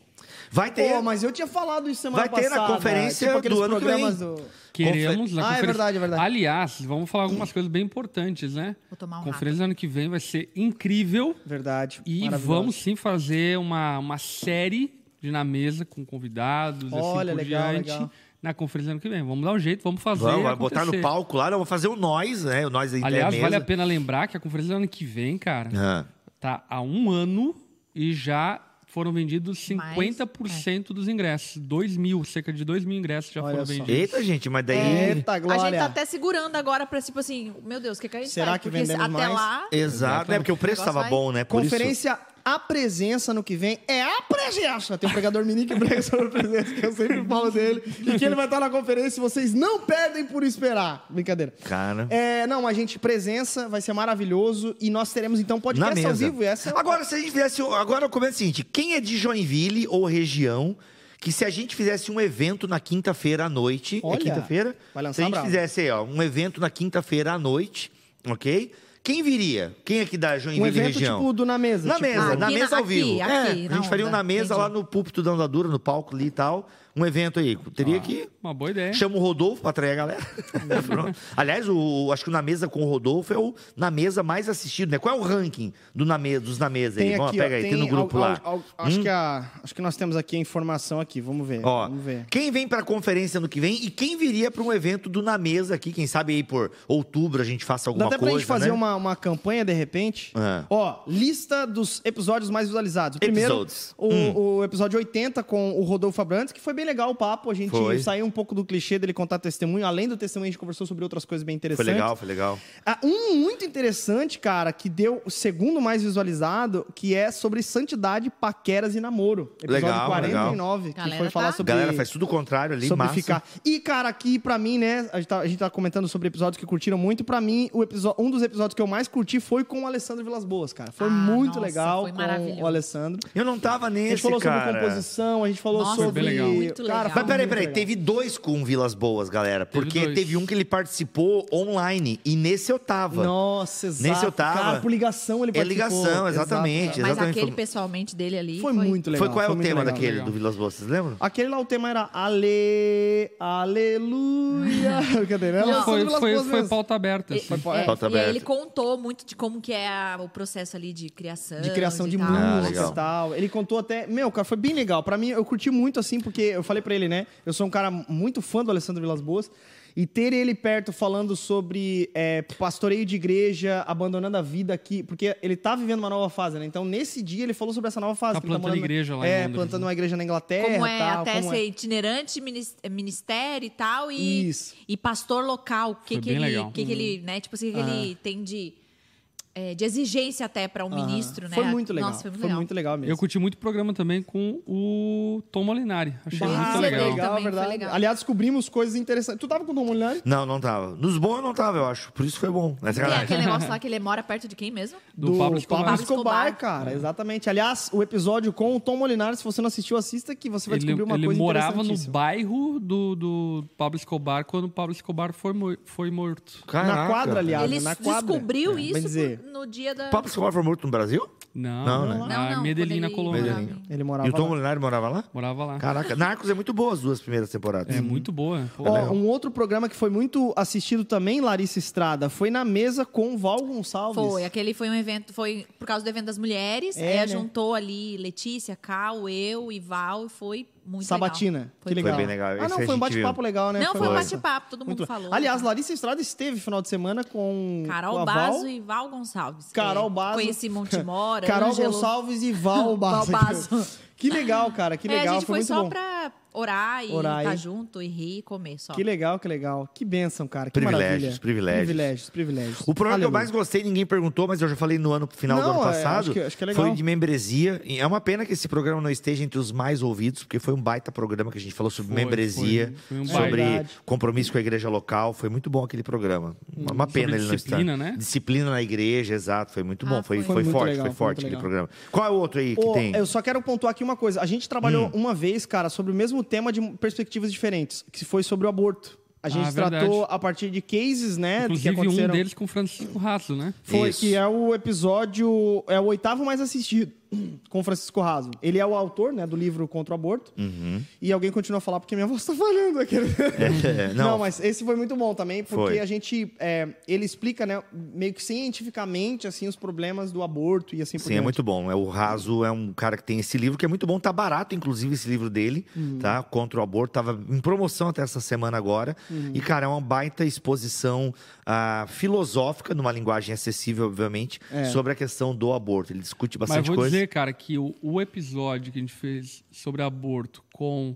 I: Vai ter.
A: Pô, mas eu tinha falado isso semana
I: Vai ter na
A: passada.
I: conferência
A: tipo aqueles
I: do ano que
A: programas
I: vem.
A: do-
D: Queremos
A: Ah, é
D: na conferência.
A: verdade, é verdade.
D: Aliás, vamos falar algumas coisas bem importantes, né?
C: Vou tomar um
D: conferência do ano que vem vai ser incrível.
A: Verdade.
D: E
A: maravilhoso.
D: vamos sim fazer uma, uma série de na mesa com convidados, e
A: Olha,
D: assim por
A: legal,
D: diante.
A: legal.
D: Na conferência do ano que vem. Vamos dar um jeito, vamos fazer.
I: Vamos, vai botar no
D: acontecer.
I: palco lá, vamos fazer o nós, né? O nós aí
D: Aliás,
I: é
D: vale a pena lembrar que a conferência do ano que vem, cara,
I: Ah,
D: tá há um ano e já foram vendidos
C: Mais,
D: 50% dos ingressos. 2 mil, cerca de 2 mil ingressos já
A: Olha
D: foram
A: só.
D: vendidos.
I: Eita, gente, mas daí.
A: Eita,
C: A gente
A: Glória.
C: tá até segurando agora pra, tipo assim, meu Deus, o que, que a gente
A: Será
C: faz?
A: que
C: Porque
A: vendemos
C: até
A: mais?
C: lá.
I: Exato, né? Porque o preço
C: Negócio
I: estava
C: vai-
I: bom, né? Por isso-
A: Conferência A Presença no que vem é a presença. Tem o pregador Mini que prega sobre a presença, que eu sempre falo dele. E que ele vai estar na conferência e vocês não perdem por esperar. Brincadeira.
I: Cara.
A: É, não, a gente, presença, vai ser maravilhoso. E nós teremos então
I: na
A: podcast
I: mesa.
A: ao vivo. E essa é uma-
I: Agora, se a gente fizesse. Agora eu começo o seguinte: quem é de Joinville ou região, que se a gente fizesse um evento na quinta-feira à noite.
A: Olha,
I: é quinta-feira?
A: vai lançar
I: Se a gente
A: bravo.
I: fizesse aí, ó, um evento na quinta-feira à noite, ok? Quem viria? Quem é que dá Joinville
A: um
I: e
A: evento
I: região?
A: tipo do na mesa.
I: Na
A: tipo-
I: mesa,
C: Ah,
I: na
C: aqui na-
I: mesa ao
C: aqui,
I: vivo.
C: aqui,
I: É,
C: na
I: a gente
C: onda.
I: faria um na mesa
C: Entendi.
I: lá no púlpito da Andadura, no palco ali e tal. Um evento aí.
A: Tá.
I: Teria que.
D: Uma boa ideia.
I: Chama o Rodolfo pra atrair a galera.
D: É.
I: Pronto. Aliás, o, acho que o Na Mesa com o Rodolfo é o Na Mesa mais assistido, né? Qual é o ranking do na mesa, dos Na Mesa aí?
A: Tem
I: Vamos,
A: aqui, ó,
I: pega aí, tem, no grupo
A: al-
I: lá. Hum?
A: al- al- acho, que a- acho que nós temos aqui a informação aqui, vamos ver.
I: Ó,
A: vamos ver.
I: quem vem pra conferência ano que vem e quem viria pra um evento do Na Mesa aqui, quem sabe aí por outubro a gente faça
A: Dá
I: alguma
A: até pra
I: coisa,
A: gente fazer
I: né?
A: uma, uma campanha, de repente.
I: É.
A: Ó, lista dos episódios mais visualizados. O Primeiro,
I: Episodes.
A: o, o episódio 80 com o Rodolfo Abrantes, que foi bem legal o papo. A gente
I: Foi.
A: saiu um pouco do clichê dele contar testemunho. Além do testemunho, a gente conversou sobre outras coisas bem
I: Foi
A: interessantes.
I: legal, foi legal.
A: Ah, um muito interessante, cara, que deu o segundo mais visualizado, que é sobre santidade, paqueras e namoro. Episódio
I: Legal,
A: 49, que
C: Galera
A: foi falar
C: tá-
A: sobre...
I: Galera, faz tudo o contrário ali,
A: Sobre
I: massa.
A: ficar. E, cara, aqui pra mim, né? A gente, tá, a gente tá comentando sobre episódios que curtiram muito. Pra mim, o episo- um dos episódios que eu mais curti foi com o Alessandro Vilas Boas, cara. Foi
C: Ah,
A: muito
C: nossa,
A: legal
C: foi
A: com
C: maravilhoso.
A: o Alessandro.
I: Eu não tava nesse,
A: a gente falou
I: cara. é
A: sobre composição, a gente falou
C: Nossa,
A: sobre.
D: foi bem legal.
C: Muito
A: Cara,
C: legal.
A: foi
I: Mas peraí,
A: muito
I: peraí,
A: legal.
I: teve dois com Vilas Boas, galera.
D: Teve
I: Porque teve,
D: dois.
I: um que ele participou online e nesse eu tava.
A: Nossa, exato.
I: Nesse eu tava.
A: Cara, por ligação ele
I: É
A: participou.
I: ligação, exatamente.
A: Exato,
C: Mas
I: exatamente.
C: aquele pessoalmente dele ali.
A: Foi muito legal.
I: Foi qual é o
A: muito
I: tema
A: legal.
I: daquele
D: legal.
I: do Vilas Boas, vocês lembram?
A: Aquele lá, o tema era Ale... Aleluia. Brincadeira, era
C: Não,
A: Alessandro
D: Foi,
A: Vilas
D: foi,
A: Boas
D: foi
A: mesmo.
D: pauta aberta.
C: E,
D: assim.
C: é,
I: Pauta
C: e aí
I: aberta.
C: ele contou muito de como que é a- o processo ali de criação.
A: De criação
C: e
A: de
C: tal.
I: Ah,
A: música
I: legal.
A: e tal. Ele contou até. Meu, cara, foi bem legal. Pra mim, eu curti muito, assim, porque eu falei pra ele, né? Eu sou um cara muito fã do Alessandro Vilas Boas. E ter ele perto falando sobre é, pastoreio de igreja, abandonando a vida aqui, porque ele tá vivendo uma nova fase, né? Então, nesse dia, ele falou sobre essa nova fase.
D: Tá
A: que ele
D: plantando
A: morando-
D: igreja lá em
A: É,
D: Londres,
A: plantando
D: né?
A: uma igreja na Inglaterra.
C: Como é
A: tal,
C: até
A: como
C: ser itinerante, minis- ministério e tal, e,
A: Isso. Uhum.
C: e pastor local. O que,
D: Foi
C: que
D: bem
C: ele.
D: legal.
C: Que que ele, né, tipo assim, o que que ele tem de, é, de exigência até pra um
A: Aham.
C: ministro, né?
A: Foi muito legal.
C: Nossa,
A: foi,
C: foi muito
A: muito
C: legal.
A: legal mesmo.
D: Eu curti muito o programa também com o Tom Molinari. Achei
A: Bah,
D: muito
A: foi é
D: legal.
C: legal. Também foi
A: verdade.
C: legal.
A: Aliás, descobrimos coisas interessantes. Tu tava com o Dom Molinari?
I: Não, não tava. Nos bons eu não tava, eu acho. Por isso foi bom. Mas
C: Tem
I: sacanagem.
C: é aquele negócio lá que ele mora perto de quem mesmo?
D: Do, Pablo Escobar. É.
A: Pablo Escobar,
C: Escobar.
A: cara, exatamente. Aliás, o episódio com o Tom Molinari, se você não assistiu, assista que você vai
D: Ele,
A: descobrir uma
D: ele
A: coisa
D: morava no
A: interessantíssima.
D: bairro do, do Pablo Escobar quando o Pablo Escobar foi, mor- foi morto.
I: Caraca.
A: Na quadra, aliás,
C: ele
A: na quadra.
C: descobriu
A: É,
C: isso
A: bem dizer,
C: por- no dia da.
I: O Pablo Escobar foi morto no Brasil?
D: Não,
I: Não, né?
D: na Medellín,
C: quando
D: na
C: ele
D: Colômbia.
C: morava
I: Medellín.
C: em-
A: Ele morava
I: E o Tom
A: lá.
I: Molinari morava lá?
D: Morava lá.
I: Caraca, Narcos é muito boa as duas primeiras temporadas.
D: É muito boa. Pô,
A: Ó, um outro programa que foi muito assistido também, Larissa Estrada, foi na mesa com o Val Gonçalves.
C: Foi, aquele foi um evento, foi por causa do evento das mulheres.
A: É, né?
C: aí juntou ali Letícia, Cal, eu e Val, e foi muito
A: Sabatina.
C: legal. Foi
A: que legal.
I: bem legal.
A: Ah,
I: Esse
A: não,
I: a
A: foi um
I: gente
A: bate-papo
I: viu.
A: legal, né?
C: Não, foi um
A: massa.
C: bate-papo, todo
A: Muito
C: mundo
A: legal.
C: falou. né?
A: Aliás, Larissa Estrada esteve final de semana com com
C: Carol
A: a Val.
C: Basso e Val Gonçalves.
A: Carol
C: É,
A: Basso.
C: Conheci Montemora.
A: Carol
C: Ângelo.
A: Gonçalves e Val
C: Val
A: Basso.
C: Basso.
A: Que legal, cara, que
C: é, a
A: legal,
C: gente
A: foi
C: foi,
A: muito
C: só
A: bom.
C: pra orar e
A: Orar
C: estar
A: e-
C: junto e rir e comer só.
A: Que legal, que legal. Que bênção, cara. Que
I: Privilégios,
A: maravilha.
I: privilégios.
A: Privilégios, privilégios.
I: O programa que eu
A: Aleluia.
I: mais gostei, ninguém perguntou, mas eu já falei no ano final do
A: Não,
I: ano
A: é,
I: passado.
A: acho que- acho que é legal.
I: Foi de membresia. E É uma pena que esse programa não esteja entre os mais ouvidos, porque foi um baita programa que a gente falou sobre
D: Foi,
I: membresia,
D: foi, foi um
I: sobre
A: baita.
I: compromisso com a igreja local. Foi muito bom aquele programa. Uma,
A: Hum.
I: uma
D: Sobre
I: pena ele não estar.
D: disciplina, né?
I: Disciplina na igreja, exato. Foi muito bom.
C: Ah,
I: Foi,
C: foi.
I: foi,
A: Foi muito
I: forte,
A: legal,
I: foi
A: foi
I: forte
A: muito
I: aquele
A: legal.
I: programa. Qual é o outro aí que Hum.
A: Ô,
I: tem?
A: Eu só quero pontuar aqui uma coisa. A gente trabalhou uma vez, cara, sobre o mesmo tema de perspectivas diferentes, que foi sobre o aborto. A gente
D: Ah, verdade.
A: tratou a partir de cases, né? que
D: Inclusive um
A: aconteceram.
D: deles com Francisco Raso, né?
A: Foi,
I: Isso.
A: que é o episódio. É o oitavo mais assistido com Francisco Raso. Ele é o autor, né, do livro Contra o Aborto.
I: Uhum.
A: E alguém continua a falar porque minha voz tá falhando aqui.
I: É,
A: não.
I: não.
A: mas esse foi muito bom também, porque
I: Foi.
A: a gente. é, ele explica, né, meio que cientificamente, assim, os problemas do aborto e assim por
I: Sim, é
A: diante.
I: muito bom. É o Raso é um cara que tem esse livro que é muito bom, tá barato inclusive esse livro dele,
D: Uhum.
I: tá? Contra o aborto, tava em promoção até essa semana agora.
D: Uhum.
I: E cara, é uma baita exposição ah, filosófica numa linguagem acessível, obviamente, sobre a questão do aborto. Ele discute
D: É. Mas
I: bastante
D: vou
I: coisa.
D: dizer, cara, que o, o episódio que a gente fez sobre aborto com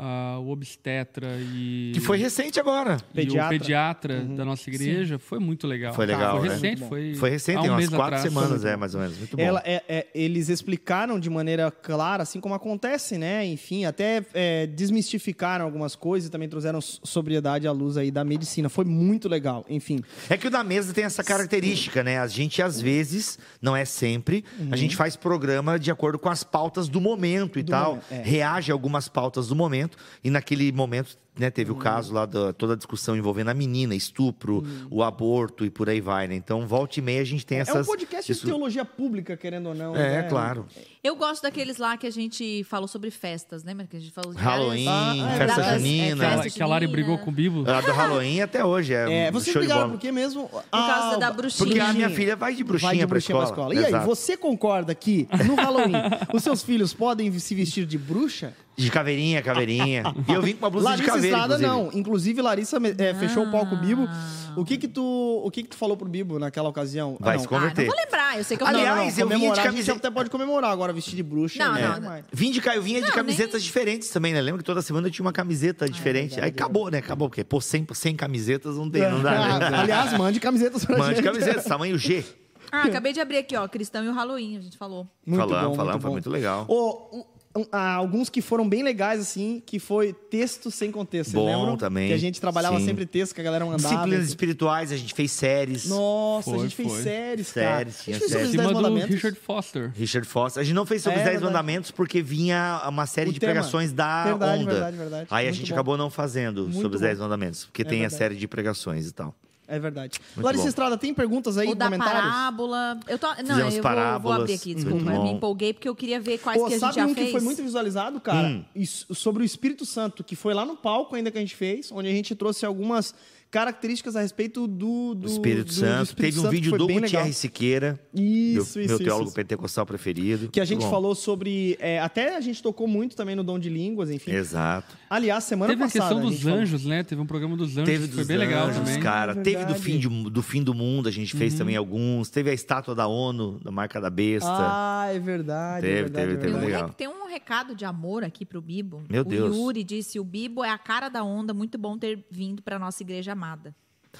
D: ah, o obstetra e,
I: Que foi recente agora.
D: e o
A: Pediatra.
D: pediatra da nossa igreja foi muito legal.
I: Foi legal,
D: Foi
I: né?
D: recente,
A: Muito
D: foi,
I: Foi recente,
D: há um
I: tem umas
D: mês
I: quatro
D: atrás.
I: semanas, é, mais ou menos. Muito bom.
A: Ela- é- é- eles explicaram de maneira clara, assim como acontece, né? Enfim, até é, desmistificaram algumas coisas e também trouxeram s- sobriedade à luz aí da medicina. Foi muito legal, enfim.
I: É que o da mesa tem essa característica, né? A gente, às vezes, não é sempre, a gente faz programa de acordo com as pautas do momento
A: Uhum.
I: e
A: Do
I: tal.
A: momento, é.
I: Reage a algumas pautas do momento. E naquele momento, né, teve
A: Uhum.
I: o caso lá, da, toda a discussão envolvendo a menina, estupro, o aborto e por aí vai, né? Então, volta e meia, a gente tem essas...
A: Uhum. é um podcast
I: isso-
A: de teologia pública, querendo ou não. né?
I: É, claro.
C: Eu gosto daqueles lá que a gente falou sobre festas, lembra que a gente falou de
I: Halloween,
C: várias-
A: festa
C: datas- é,
I: junina.
C: festa
D: Ela- que a Lari
C: junina.
D: brigou com o Bibo.
I: A do Halloween até hoje é,
A: É,
I: um
A: vocês
I: show de
A: brigaram
I: bola.
A: por quê mesmo? Por
C: causa da bruxinha.
I: Porque a minha
A: Bruxinha.
I: filha vai de bruxinha,
A: Vai de
I: pra
A: bruxinha pra escola. E aí,
I: Exato.
A: você concorda que no Halloween os seus filhos podem se vestir de bruxa?
I: De caveirinha, caveirinha. e eu vim com uma blusa
A: Larissa
I: de caveira,
A: Estrada
I: inclusive.
A: não. Inclusive, Larissa me- é, fechou o
C: Ah.
A: palco Bibo. O que que tu, o que que tu falou pro Bibo naquela ocasião?
I: Vai
A: não.
I: se
C: Ah, não
I: converter.
C: vou lembrar, eu sei que eu
A: Não, não, não,
I: Aliás, eu vinha de
A: comemorar, A
I: camiseta-
A: gente até pode comemorar agora, vestir de bruxa.
C: Não,
A: né?
C: não,
A: Tudo
C: não.
A: mais.
I: Vim de Caio, vinha de
C: Não,
I: camisetas diferentes também, né? Lembra que toda semana eu tinha uma camiseta
A: É
I: diferente. Aí acabou, né? Acabou, porque pô, 100, 100 camisetas não tem, não dá,
A: É.
I: né?
A: Ah, Aliás, mande camisetas pra
I: Mande
A: gente. é.
I: camisetas, tamanho G.
C: Ah, acabei de abrir aqui, ó, Cristão e o Halloween, a gente falou.
A: Muito
I: falamos,
A: bom, muito
I: falamos, foi
A: bom.
I: muito legal.
A: Ô, um- um- ah, alguns que foram bem legais, assim, que foi texto sem contexto, vocês
I: Bom
A: lembram?
I: também,
A: Que a gente trabalhava
I: sim.
A: sempre texto, que a galera mandava.
I: Disciplinas
A: assim.
I: espirituais, a gente fez séries.
A: Nossa, a
D: Foi,
A: gente fez
D: foi.
A: séries, cara.
I: Séries,
A: a
I: tinha
A: gente fez sobre os
I: séries.
D: Em cima
A: Dez
D: É, do
A: Mandamentos.
D: Richard Foster.
I: Richard Foster. A gente não fez sobre
A: É,
I: os Dez
A: verdade.
I: Mandamentos porque vinha uma série
A: O
I: de
A: tema.
I: pregações da
A: Verdade,
I: onda.
A: verdade, verdade.
I: Aí a
A: Muito
I: gente
A: bom.
I: acabou não fazendo
A: Muito
I: sobre os
A: bom. É
I: Dez Mandamentos, porque tem
A: verdade.
I: a série de pregações e tal.
A: É verdade.
I: Muito
A: Larissa
I: bom.
A: Estrada, tem perguntas aí,
C: o da
A: comentários?
C: parábola. Eu tô, não,
I: Fizemos
C: eu vou- vou,
I: parábolas,
C: abrir aqui,
I: muito
C: desculpa. Eu me
I: bom.
C: empolguei porque eu queria ver quais
A: Pô,
C: que a gente
A: sabe
C: já
A: um
C: fez.
A: que foi muito visualizado, cara?
I: Hum.
A: Isso- sobre o Espírito Santo, que foi lá no palco ainda que a gente fez, onde a gente trouxe algumas características a respeito do, do
I: Do Espírito
A: do- do
I: Santo.
A: Espírito
I: Teve um
A: Santo, que
I: vídeo
A: foi
I: do
A: bem legal.
I: Gutierre Siqueira,
A: Isso,
I: meu,
A: isso,
I: meu
A: isso,
I: teólogo
A: isso.
I: pentecostal preferido.
A: Que a gente
I: Muito bom.
A: falou sobre. é, até a gente tocou muito também no dom de línguas, enfim.
I: Exato.
A: Aliás, semana
D: Teve a
A: passada.
D: questão
A: gente
D: dos
A: falou.
D: anjos, né? Teve um programa dos anjos
I: Teve
D: que
I: dos
D: foi bem legal
I: anjos,
D: também. Uhum.
I: cara.
A: É
I: Teve do
A: verdade.
I: fim, de- do fim do mundo, a gente fez também alguns. Teve a estátua da ONU, da marca da besta.
A: Ah, é verdade.
I: Teve,
A: é verdade,
I: teve,
A: é
I: teve,
C: Tem um,
A: verdade.
I: legal.
C: rec- tem um recado de amor aqui pro Bibo.
I: Meu
C: o
I: Deus.
C: Yuri disse: o Bibo é a cara da onda, muito bom ter vindo pra nossa igreja amada.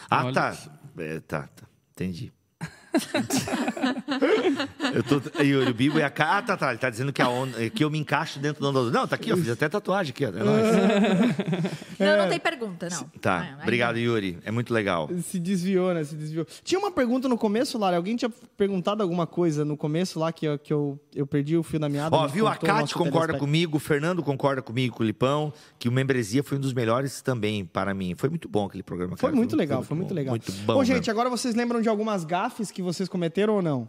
I: Ah,
D: Olha
I: tá.
D: isso.
I: É, tá, tá. Entendi. eu tô, e o Bibo é a cara. Ah, tá, tá. Ele tá dizendo que, a onda, que eu me encaixo dentro da onda. Não, tá aqui, eu fiz até tatuagem aqui, ó. É nóis.
A: É.
C: Não, não tem pergunta, não.
D: é,
C: Ah,
I: Tá,
C: ainda
I: obrigado, Yuri. É muito legal.
A: Se desviou, né? Se desviou. Tinha uma pergunta no começo, Lara. Alguém tinha perguntado alguma coisa no começo lá que eu, que eu, eu perdi o fio da meada.
I: Ó,
A: mas
I: viu? A
A: contou o
I: Kate
A: nosso
I: concorda
A: telespect-
I: comigo, o Fernando concorda comigo, com o Lipão, que o Membresia foi um dos melhores também para mim. Foi muito bom aquele programa.
A: Foi
I: cara.
A: muito legal, foi muito
I: bom,
A: legal.
I: Muito bom. né?
A: Ô, gente,
I: mesmo.
A: agora vocês lembram de algumas gafes que vocês cometeram ou não?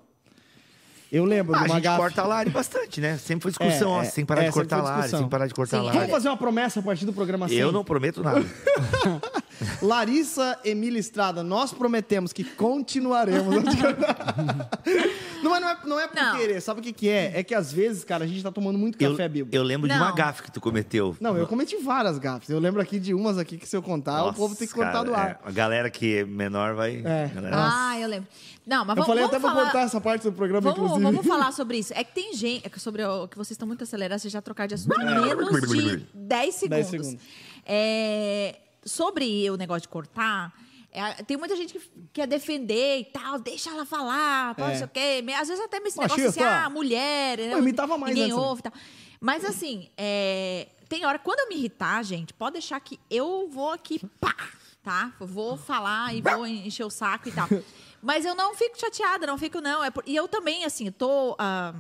A: Eu lembro
I: Ah,
A: de
I: a
A: uma
I: gente
A: gafe.
I: corta a Lari bastante, né? Sempre foi discussão,
A: É,
I: ó,
A: é,
I: você tem que parar
A: é,
I: de cortar a
A: sempre foi
I: Lari,
A: discussão.
I: tem que parar de cortar a
C: Sim,
I: Lari.
A: Vamos fazer uma promessa a partir do programa assim. 100?
I: Eu não prometo nada.
A: Larissa Emília Estrada, nós prometemos que continuaremos. Não, mas não é, não é por
C: Não.
A: querer. Sabe o que, que é? É que às vezes, cara, a gente tá tomando muito
I: Eu,
A: café, Bibo.
I: eu lembro de uma
C: Não.
I: gafe que tu cometeu.
A: Não, eu cometi várias gafes. Eu lembro aqui de umas aqui que se eu contar, o povo tem que cortar
I: cara,
A: do ar.
I: é, a galera que é menor vai.
A: É.
I: galera-
C: Ah, eu lembro. Não, mas
A: Eu
C: vamos,
A: falei
C: vamos
A: até pra
C: falar...
A: cortar essa parte do programa,
C: Vamos,
A: inclusive.
C: vamos falar sobre isso. É que tem gente. é que sobre o que vocês estão muito acelerados, vocês já trocaram de assunto em
A: É.
C: menos de 10 segundos.
A: segundos.
C: É, sobre o negócio de cortar. é, tem muita gente que quer defender e tal, deixa ela falar, pô, não
A: É.
C: sei o quê. Me- Às vezes até esse
A: Machista.
C: negócio assim,
A: tá.
C: ah, mulher, né,
A: Eu imitava mais
C: ninguém
A: antes, né?
C: ouve e tal. Mas assim, é, tem hora, quando eu me irritar, gente, pode deixar que eu vou aqui, pá, tá? Eu Vou falar e vou encher o saco e tal. Mas eu não fico chateada, não fico, não. É por- E eu também, assim, tô. ah,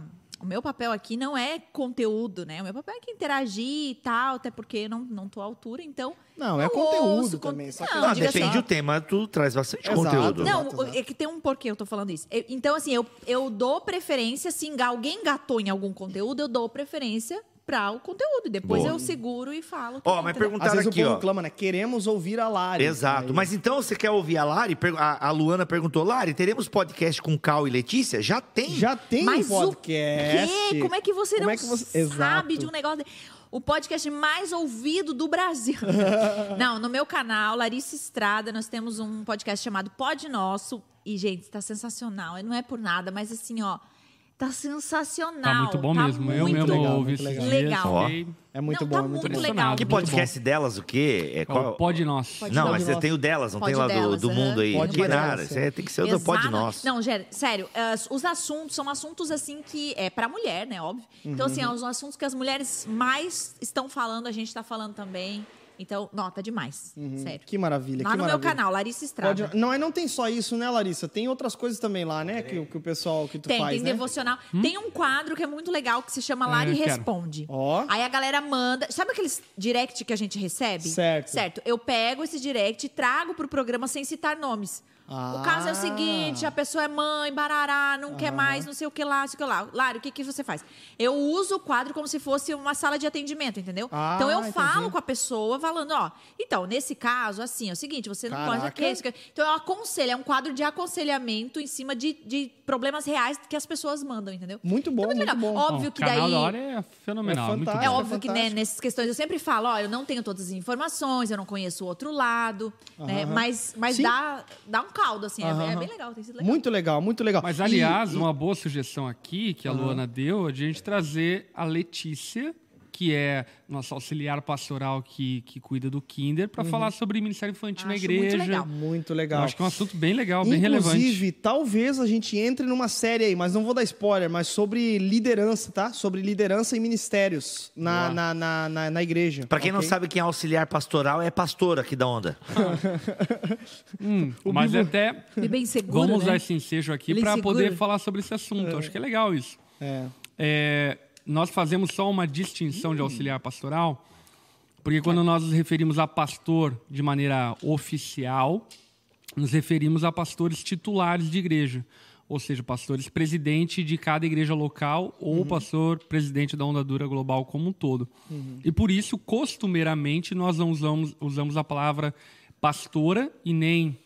C: o meu papel aqui não é conteúdo, né? O meu papel é que interagir e tal, até porque eu não, não tô à altura, então.
A: Não, é
C: eu
A: conteúdo
C: ouço,
A: também, só que-
C: Não,
I: Não,
C: diga
I: depende
C: assim,
I: do tema, tu traz bastante
A: Exato.
I: conteúdo.
A: Não,
C: não, é que tem um porquê eu tô falando isso. Eu- então, assim, eu, eu dou preferência, se enga- alguém engatou em algum conteúdo, eu dou preferência pra o conteúdo. Depois
I: Boa.
C: eu seguro e falo. também,
I: Ó, mas
C: entendeu?
A: Às
I: perguntaram
A: vezes
I: aqui,
A: o povo
I: ó.
A: clama, né? Queremos ouvir a Lari. né?
I: Exato.
A: Aí-
I: Mas então você quer ouvir a Lari? Per- A, a Luana perguntou: Lari, teremos podcast com Cal e Letícia? Já tem.
A: Já tem
C: Mas
A: um podcast.
C: o quê? Como é que você
A: Como
C: não
A: é que você-
C: sabe
A: Exato.
C: de um negócio... de- O podcast mais ouvido do Brasil. não, no meu canal, Larissa Estrada, nós temos um podcast chamado Pod Nosso. E, gente, tá sensacional. Não é por nada, mas assim, ó... Tá sensacional.
D: Tá muito bom mesmo. eu
C: muito
D: mesmo
A: legal,
D: ouvi
A: muito
D: esses
A: legal.
D: dias.
C: Legal.
I: Ó.
D: fiquei-
A: É muito
C: Não,
A: bom,
C: tá
A: é muito
C: muito
A: bom.
C: legal.
I: Que
D: Muito
I: podcast delas, o quê? É,
D: É o Pod Nosso.
C: Pode
I: Não,
C: Nós.
I: mas você tem o delas, não
C: Pode
I: tem lá do,
C: Delas,
I: do
C: aham.
I: mundo aí.
A: Pode
I: que
A: Delas,
I: nada,
A: é.
I: isso aí tem que ser o do Pod
C: Exato.
I: Nosso.
C: Não, Gé- sério, as- os assuntos são assuntos assim que é pra mulher, né, óbvio. Então assim,
I: Uhum.
C: é os assuntos que as mulheres mais estão falando, a gente tá falando também. Então, nota demais, sério.
A: Que maravilha,
C: Lá
A: Uhum. que
C: no meu
A: maravilha.
C: canal, tá? Larissa Estrada.
A: Pode- Não, é não tem só isso, né, Larissa? Tem outras coisas também lá, né? Que, o- que o pessoal que tu
C: Tem,
A: faz,
C: tem
A: né?
C: devocional. Tem um quadro que é muito legal que se chama Lari
D: eu quero.
C: Responde.
A: Ó.
C: Aí a galera manda. Sabe aqueles direct que a gente recebe?
A: Certo.
C: Certo. Eu pego esse direct e trago pro programa sem citar nomes.
A: Ah.
C: O caso é o seguinte: a pessoa é mãe, barará, não quer mais, não sei o que lá, não sei o que lá. Lari, o que, que você faz? Eu uso o quadro como se fosse uma sala de atendimento, entendeu?
A: Ah,
C: então eu
A: entendi.
C: falo com a pessoa falando, ó, então, nesse caso, assim, é o seguinte, você não pode
A: Caraca.
C: aquele, isso que- Então eu aconselho, é um quadro de aconselhamento em cima de, de problemelas reais que as pessoas mandam, entendeu?
A: Muito bom,
C: Então,
A: muito bom.
C: Óbvio
D: o
C: que
D: canal
C: daí.
D: da hora é fenomenal.
A: É
D: muito
A: fantástico.
C: É
D: bom.
C: óbvio que né,
A: fantástico.
C: nessas questões eu sempre falo, ó, eu não tenho todas as informações, eu não conheço o outro lado, né?
A: Aham.
C: Mas, mas
A: Sim.
C: dá, dá um caldo, assim, é- é,
A: Aham.
C: bem legal, tem sido legal.
A: Muito legal, muito legal.
D: Mas,
A: E-
D: aliás,
A: e-
D: uma boa sugestão aqui que a Luana deu é de a gente trazer a Letícia, que é nossa auxiliar pastoral que, que cuida do Kinder, para
A: Uhum.
D: falar sobre Ministério Infantil na
C: Acho muito
D: igreja.
C: legal.
A: Muito
D: Eu
A: legal.
D: Acho que é um assunto bem legal, bem relevante.
A: Inclusive, talvez a gente entre numa série aí, mas não vou dar spoiler, mas sobre liderança, tá? Sobre liderança e ministérios na,
D: Boa.
A: na, na, na, na igreja.
I: Pra quem não
A: ok?
I: sabe quem é auxiliar pastoral, é pastora aqui da onda.
D: Hum, mas até
C: E bem seguro,
D: vamos usar
C: né?
D: esse ensejo aqui
C: Ele
D: para
C: segura.
D: poder falar sobre esse assunto. Acho que é legal isso.
A: É.
D: É, nós fazemos só uma distinção de auxiliar pastoral, porque quando nós nos referimos a pastor de maneira oficial, nos referimos a pastores titulares de igreja, ou seja, pastores presidente de cada igreja local ou pastor presidente da Onda Dura Global como um todo. E por isso, costumeiramente, nós não usamos, usamos a palavra pastora e nem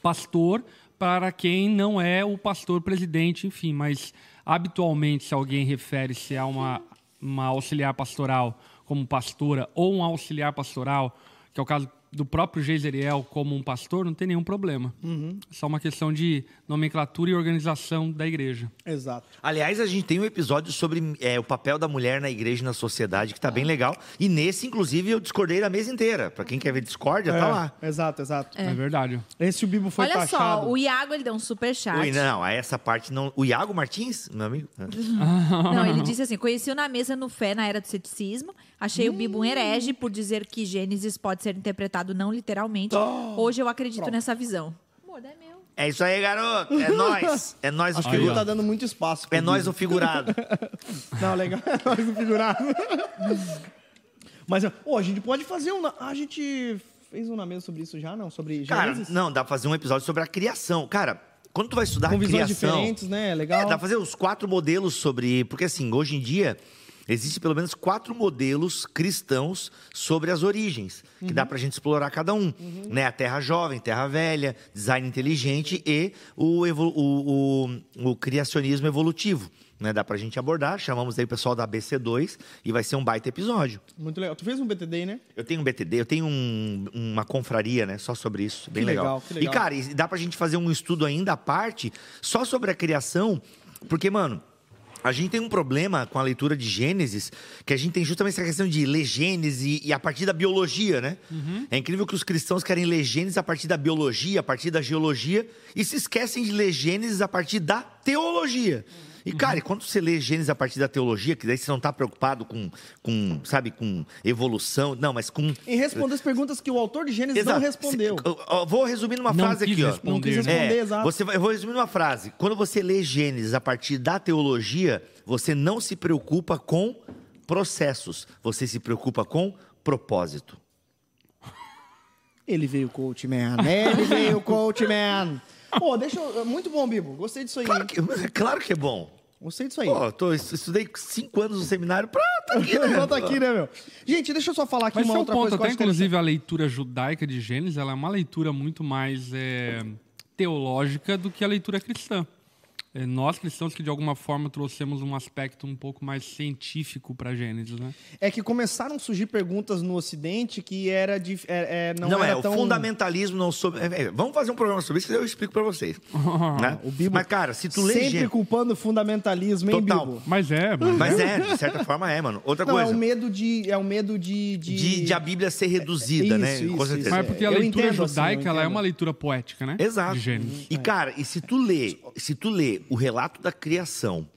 D: pastor para quem não é o pastor presidente, enfim, mas habitualmente se alguém refere-se a uma, uma auxiliar pastoral como pastora ou um auxiliar pastoral, que é o caso do próprio Geiseriel como um pastor, não tem nenhum problema. É Só uma questão de nomenclatura e organização da igreja.
A: Exato.
I: Aliás, a gente tem um episódio sobre é, o papel da mulher na igreja e na sociedade, que tá bem legal. E nesse, inclusive, eu discordei da mesa inteira. Pra quem quer ver discórdia,
A: É.
I: tá lá.
A: Exato, exato.
D: É, verdade.
A: Esse o Bibo foi
C: Olha
A: taxado.
C: só, o Iago ele deu um superchat.
I: Ui, não, aí essa parte não. O Iago Martins, meu amigo?
C: Não, ele disse assim: conheci-o na mesa no fé na era do ceticismo. Achei o
A: Hum.
C: Bibo um herege por dizer que Gênesis pode ser interpretado não literalmente.
A: Oh,
C: Hoje eu acredito nessa visão.
I: É isso aí, garoto. É nós. É nós o
A: Acho que ele tá
I: figurado.
A: dando muito espaço. pro
I: É nós o
A: Bibo.
I: figurado.
A: Não, legal. É nós o figurado. mas, ó, a gente pode fazer um... na- A gente fez um na mesa sobre isso já, não? Sobre
I: Cara,
A: Gênesis?
I: não, dá pra fazer um episódio sobre a criação. Cara, quando tu vai estudar
A: Com
I: a
A: visões
I: criação.
A: diferentes, né?
I: É,
A: Legal.
I: dá pra fazer os quatro modelos sobre. Porque assim, hoje em dia, Existem pelo menos quatro modelos cristãos sobre as origens, que
A: Uhum.
I: dá para a gente explorar cada um. Né? A Terra Jovem, Terra Velha, Design Inteligente e o, evo- o- o- o Criacionismo Evolutivo. Né? Dá para a gente abordar, chamamos aí o pessoal da BC2 e vai ser um baita episódio.
A: Muito legal. Tu fez um BTD, né?
I: Eu tenho um BTD, eu tenho um- uma confraria, né? Só sobre isso. Bem
A: Que legal,
I: legal.
A: que legal.
I: E, cara, e dá pra gente fazer um estudo ainda à parte só sobre a criação, porque, mano. A gente tem um problema com a leitura de Gênesis, que a gente tem justamente essa questão de ler Gênesis e a partir da biologia, né? É incrível que os cristãos querem ler Gênesis a partir da biologia, a partir da geologia, e se esquecem de ler Gênesis a partir da teologia. E, cara, e quando você lê Gênesis a partir da teologia, que daí você não tá preocupado com, com sabe, com evolução, não, mas com
A: Em responder as perguntas que o autor de Gênesis
I: É. Exato.
A: não respondeu.
I: Se- eu- eu vou resumir numa
D: Não
I: frase
D: quis
I: aqui, ó.
D: responder. Não
A: quis responder,
I: É,
A: exato.
I: Você, vai- eu vou resumir numa frase. Quando você lê Gênesis a partir da teologia, você não se preocupa com processos, você se preocupa com propósito.
A: Ele veio coach man. Ele veio coach man. Pô, deixa eu... é Muito bom, Bibo. Gostei disso aí.
I: Claro
A: hein?
I: que, claro que é bom.
A: Gostei disso aí.
I: Pô, eu tô, estudei cinco anos no seminário pra tá aqui, né?
A: Só tá aqui, né, meu? Gente, deixa eu só falar aqui
D: Mas esse
A: uma
D: é um
A: outra
D: ponto,
A: coisa que eu
D: até
A: acho interessante.
D: inclusive a leitura judaica de Gênesis, ela é uma leitura muito mais é, teológica do que a leitura cristã. É, nós cristãos que de alguma forma trouxemos um aspecto um pouco mais científico para Gênesis, né?
A: É que começaram a surgir perguntas no Ocidente que era de. é- é, não,
I: Não,
A: era
I: é, o
A: tão...
I: fundamentalismo não soube. é, é, vamos fazer um programa sobre isso que eu explico pra vocês. né?
A: O Bibo
I: Mas, cara, se tu lê
A: Sempre
I: Gênesis.
A: culpando o fundamentalismo, hein,
I: Total.
A: Bibo?
D: Mas é, mas
I: Mas é, de certa forma é, mano. Outra
A: Não, é
I: coisa.
A: o medo de. É o medo de. de...
I: de, de a Bíblia ser reduzida,
A: Isso,
I: né?
A: isso,
I: Com
A: isso.
I: certeza.
D: Mas é porque a
A: Eu
D: leitura
A: entendo, assim,
D: judaica
A: eu
D: ela é
A: entendo. Hum.
D: uma leitura poética, né?
I: Exato.
D: De Gênesis.
A: É.
I: E cara, e se tu lê, se tu lê o relato da criação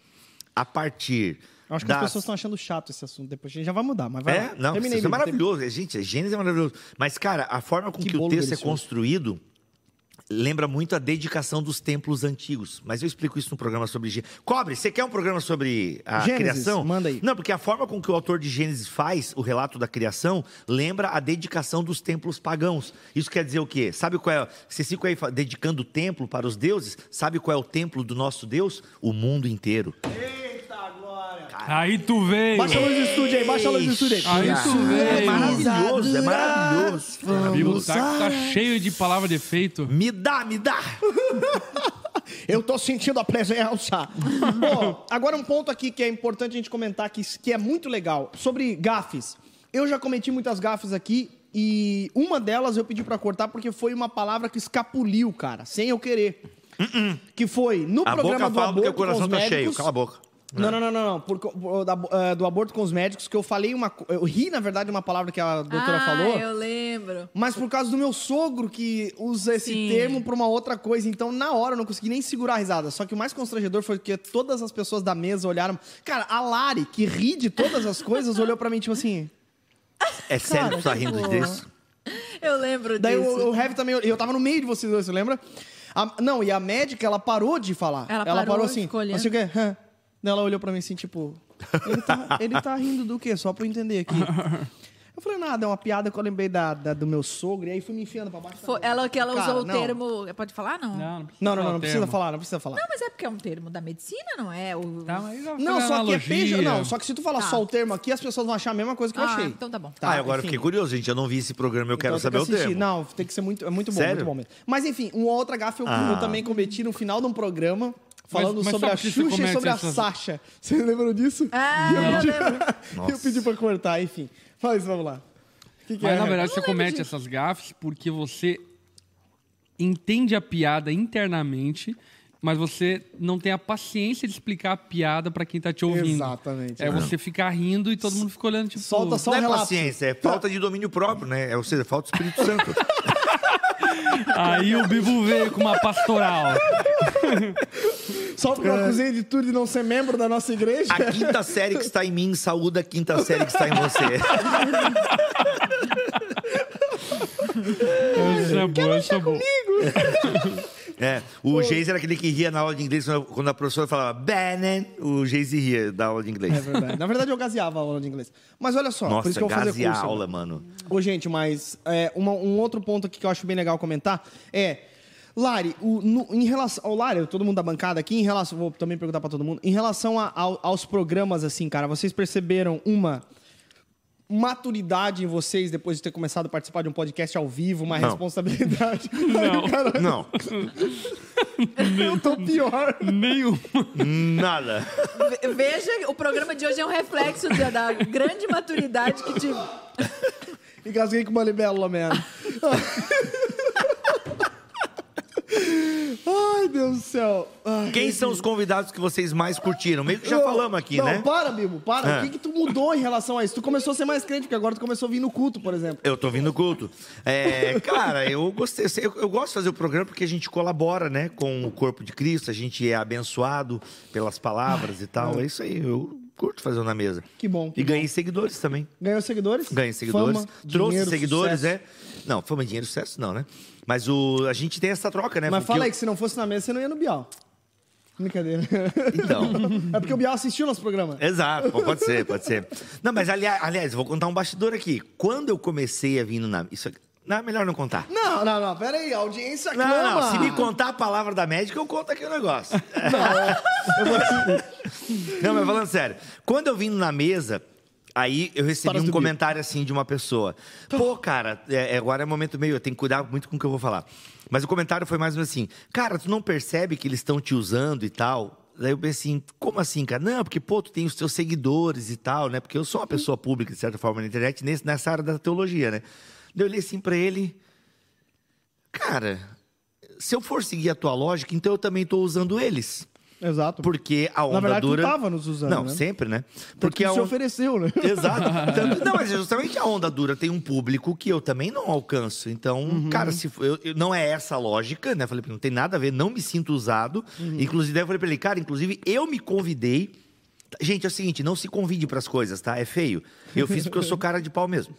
I: a partir
A: Eu acho que
I: das-
A: as pessoas estão achando chato esse assunto. Depois a gente já vai mudar, mas vai.
I: É,
A: lá.
I: não,
A: Terminei,
I: isso é
A: Bibo.
I: maravilhoso. É, Gente, Gênesis é maravilhoso. Mas, cara, a forma com
A: Que
I: que, o
A: bolo
I: texto é
A: delicioso.
I: construído lembra muito a dedicação dos templos antigos. Mas eu explico isso no programa sobre Gênesis. Cobre, você quer um programa sobre a
A: Gênesis,
I: criação?
A: manda aí.
I: Não, porque a forma com que o autor de Gênesis faz o relato da criação lembra a dedicação dos templos pagãos. Isso quer dizer o quê? Sabe qual é? Vocês ficam aí fa- dedicando o templo para os deuses? Sabe qual é o templo do nosso Deus? O mundo inteiro.
D: Ah, Aí tu veio.
A: Baixa a luz do estúdio aí, baixa a luz do estúdio aí.
D: Aí tu
I: É
D: veio.
I: maravilhoso, é maravilhoso.
D: A Bíblia tá, tá cheio de palavra de efeito.
I: Me dá, me dá!
A: Eu tô sentindo a presença. Bom, agora um ponto aqui que é importante a gente comentar, que, que é muito legal, sobre gafes. Eu já cometi muitas gafes aqui e uma delas eu pedi pra cortar porque foi uma palavra que escapuliu, cara, sem eu querer. Que foi no
I: Uh-uh. A
A: programa
I: boca
A: do
I: fala
A: aborto
I: porque o coração
A: com os
I: tá
A: médicos,
I: cheio. Cala a boca.
A: Não, não, não, não, não. Por co- por- da- eh, do aborto com os médicos, que eu falei uma. co- Eu ri, na verdade, uma palavra que a doutora
C: ah,
A: falou.
C: eu lembro.
A: Mas por causa do meu sogro que usa esse
C: Sim.
A: termo pra uma outra coisa. Então, na hora, eu não consegui nem segurar a risada. Só que o mais constrangedor foi que todas as pessoas da mesa olharam. Cara, a Lari, que ri de todas as coisas, olhou pra mim, tipo assim.
I: É sério que tu tá
A: tipo-
I: rindo disso?
C: Eu lembro
A: Daí
C: disso.
A: o, o Heavy também. Eu tava no meio de vocês dois, você lembra? A- não, e a médica, ela parou de falar.
C: Ela
A: parou,
C: parou,
A: assim.
C: ficou olhando.
A: Assim o quê? Hã? Daí ela olhou pra mim assim, tipo. Ele tá, ele tá rindo do quê? Só pra eu entender aqui. Eu falei, nada, é uma piada que eu lembrei da, da- do meu sogro. E aí fui me enfiando pra baixo. da
C: Foi-
A: mesa.
C: ela que ela
A: Cara,
C: usou o
A: não.
C: termo. Pode falar? Não. não.
A: Não, não, não, não
D: o
A: precisa
D: termo.
A: falar, não precisa falar.
C: mas é porque é um termo da medicina, não é? O...
D: Tá, mas eu
A: Não,
D: falei
A: só que é
D: analogia.
A: pejo... Não, só que se tu falar
C: Tá.
A: só o termo aqui, as pessoas vão achar a mesma coisa que eu
C: Ah,
A: achei.
C: então tá bom.
I: ah, agora eu
A: enfim.
I: fiquei curioso, gente. Eu não vi esse programa, eu quero
A: assim. Então, tem
I: saber o
A: que assistir.
I: termo.
A: Não, tem que ser muito, é muito bom,
I: Sério?
A: muito bom mesmo. Mas enfim, uma outra gafe eu,
I: Ah.
A: eu também cometi no final de um programa, falando
D: mas
A: sobre
D: sabe
A: a
D: que você
A: Xuxa e
D: comete É,
A: sobre a
D: essas-
A: Sasha. Vocês lembram disso?
C: Ah, eu lembro.
A: Eu pedi pra cortar, enfim. Mas vamos lá. O que, que
D: Mas
A: é?
D: na verdade você
C: lembro
D: comete
C: disso.
D: essas gafes porque você entende a piada internamente, mas você não tem a paciência de explicar a piada pra quem tá te ouvindo.
A: Exatamente.
D: É você ficar rindo e todo mundo fica olhando tipo
A: Solta só
I: Não
A: um
I: é
A: relato.
I: paciência, é falta de domínio próprio, né? É, ou seja, falta do Espírito Santo.
D: Aí o Bibo veio com uma pastoral.
A: Só porque eu
I: É.
A: acusei de tudo e não ser membro da nossa igreja.
I: A quinta série que está em mim saúda a quinta série que está em você.
D: Isso é bom, isso é bom.
I: É, o Geis era aquele que ria na aula de inglês quando a- quando a professora falava Bannon, o Geis ria da aula de
A: É
I: inglês.
A: verdade. Na verdade, eu gaseava a aula de inglês. Mas olha só, por isso
I: Nossa,
A: que eu vou fazer
I: gaze
A: curso.
I: a
A: né?
I: aula, mano.
A: Ô, gente, mas é, uma- um outro ponto aqui que eu acho bem legal comentar é. Lari, o- no- em relação. Ao Lari, todo mundo da bancada aqui, em relação. Vou também perguntar pra todo mundo. Em relação a- ao- aos programas, assim, cara, vocês perceberam uma maturidade em vocês depois de ter começado a participar de um podcast ao vivo, uma
I: Não.
A: responsabilidade. Não. Cara,
I: Não,
A: eu tô pior.
D: Nenhuma.
I: nada.
C: Ve- Veja, o programa de hoje é um reflexo da, da grande maturidade que tive.
A: Engasguei com uma libélula mesmo. Ai, Deus do céu. Ai.
I: Quem são os convidados que vocês mais curtiram? Meio que já falamos aqui,
A: não,
I: né?
A: Não, para, Bibo, para.
I: Ah.
A: O que, que tu mudou em relação a isso? Tu começou a ser mais crente, porque agora tu começou a vir no culto, por exemplo.
I: Eu tô vindo culto. É, cara, eu gostei. Eu, eu gosto de fazer o programa porque a gente colabora, né? Com o corpo de Cristo, a gente é abençoado pelas palavras e tal. É isso aí, eu curto fazer o na mesa.
A: Que bom.
I: E ganhei seguidores também.
A: Ganhou seguidores?
I: Ganhei seguidores.
A: Fama,
I: Trouxe
A: dinheiro,
I: seguidores,
A: sucesso.
I: né? Não, fama, dinheiro, sucesso, não, né? Mas o, a gente tem essa troca, né?
A: Mas
I: Porque
A: fala
I: eu-
A: aí que se não fosse na mesa, você não ia no Bial. Brincadeira.
I: Então.
A: é porque o Bial assistiu nosso programa.
I: É. Exato, pô, pode ser, pode ser. Não, mas ali- aliás, eu vou contar um bastidor aqui. Quando eu comecei a vir no na. Isso aqui. Não, é melhor não contar.
A: Não, não, não. Pera aí, a audiência
I: Não,
A: clama.
I: não, se me contar a palavra da médica, eu conto aqui o negócio.
A: é.
I: Não, mas falando sério, quando eu vim na mesa, aí eu recebi
A: Para
I: um
A: subir. Tá.
I: comentário assim de uma pessoa. Pô, cara, é, é, agora é um momento meio, eu tenho que cuidar muito com o que eu vou falar. Mas o comentário foi mais ou menos assim: Cara, tu não percebe que eles estão te usando e tal? Daí eu pensei assim, como assim, cara? Não, porque, pô, tu tem os teus seguidores e tal, né? Porque eu sou uma pessoa pública, de certa forma, na internet, nesse- nessa área da teologia, né? Daí eu olhei assim pra ele, cara, se eu for seguir a tua lógica, então eu também tô usando eles.
A: Exato.
I: Porque a onda
A: verdade, tu
I: dura.
A: tava nos usando,
I: Não,
A: né?
I: sempre, né?
A: Porque
I: Porque a
A: se
I: onda.
A: ofereceu, né?
I: Exato. Tanto- Não, mas é justamente a onda dura tem um público que eu também não alcanço. Então,
A: Uhum.
I: cara, se for- eu, eu- não é essa a lógica, né? Falei, pra ele, não tem nada a ver, não me sinto usado.
A: Uhum.
I: Inclusive, daí eu falei pra ele, cara, inclusive eu me convidei. Gente, é o seguinte, não se convide pras coisas, tá? É feio. Eu fiz porque eu sou cara de pau mesmo.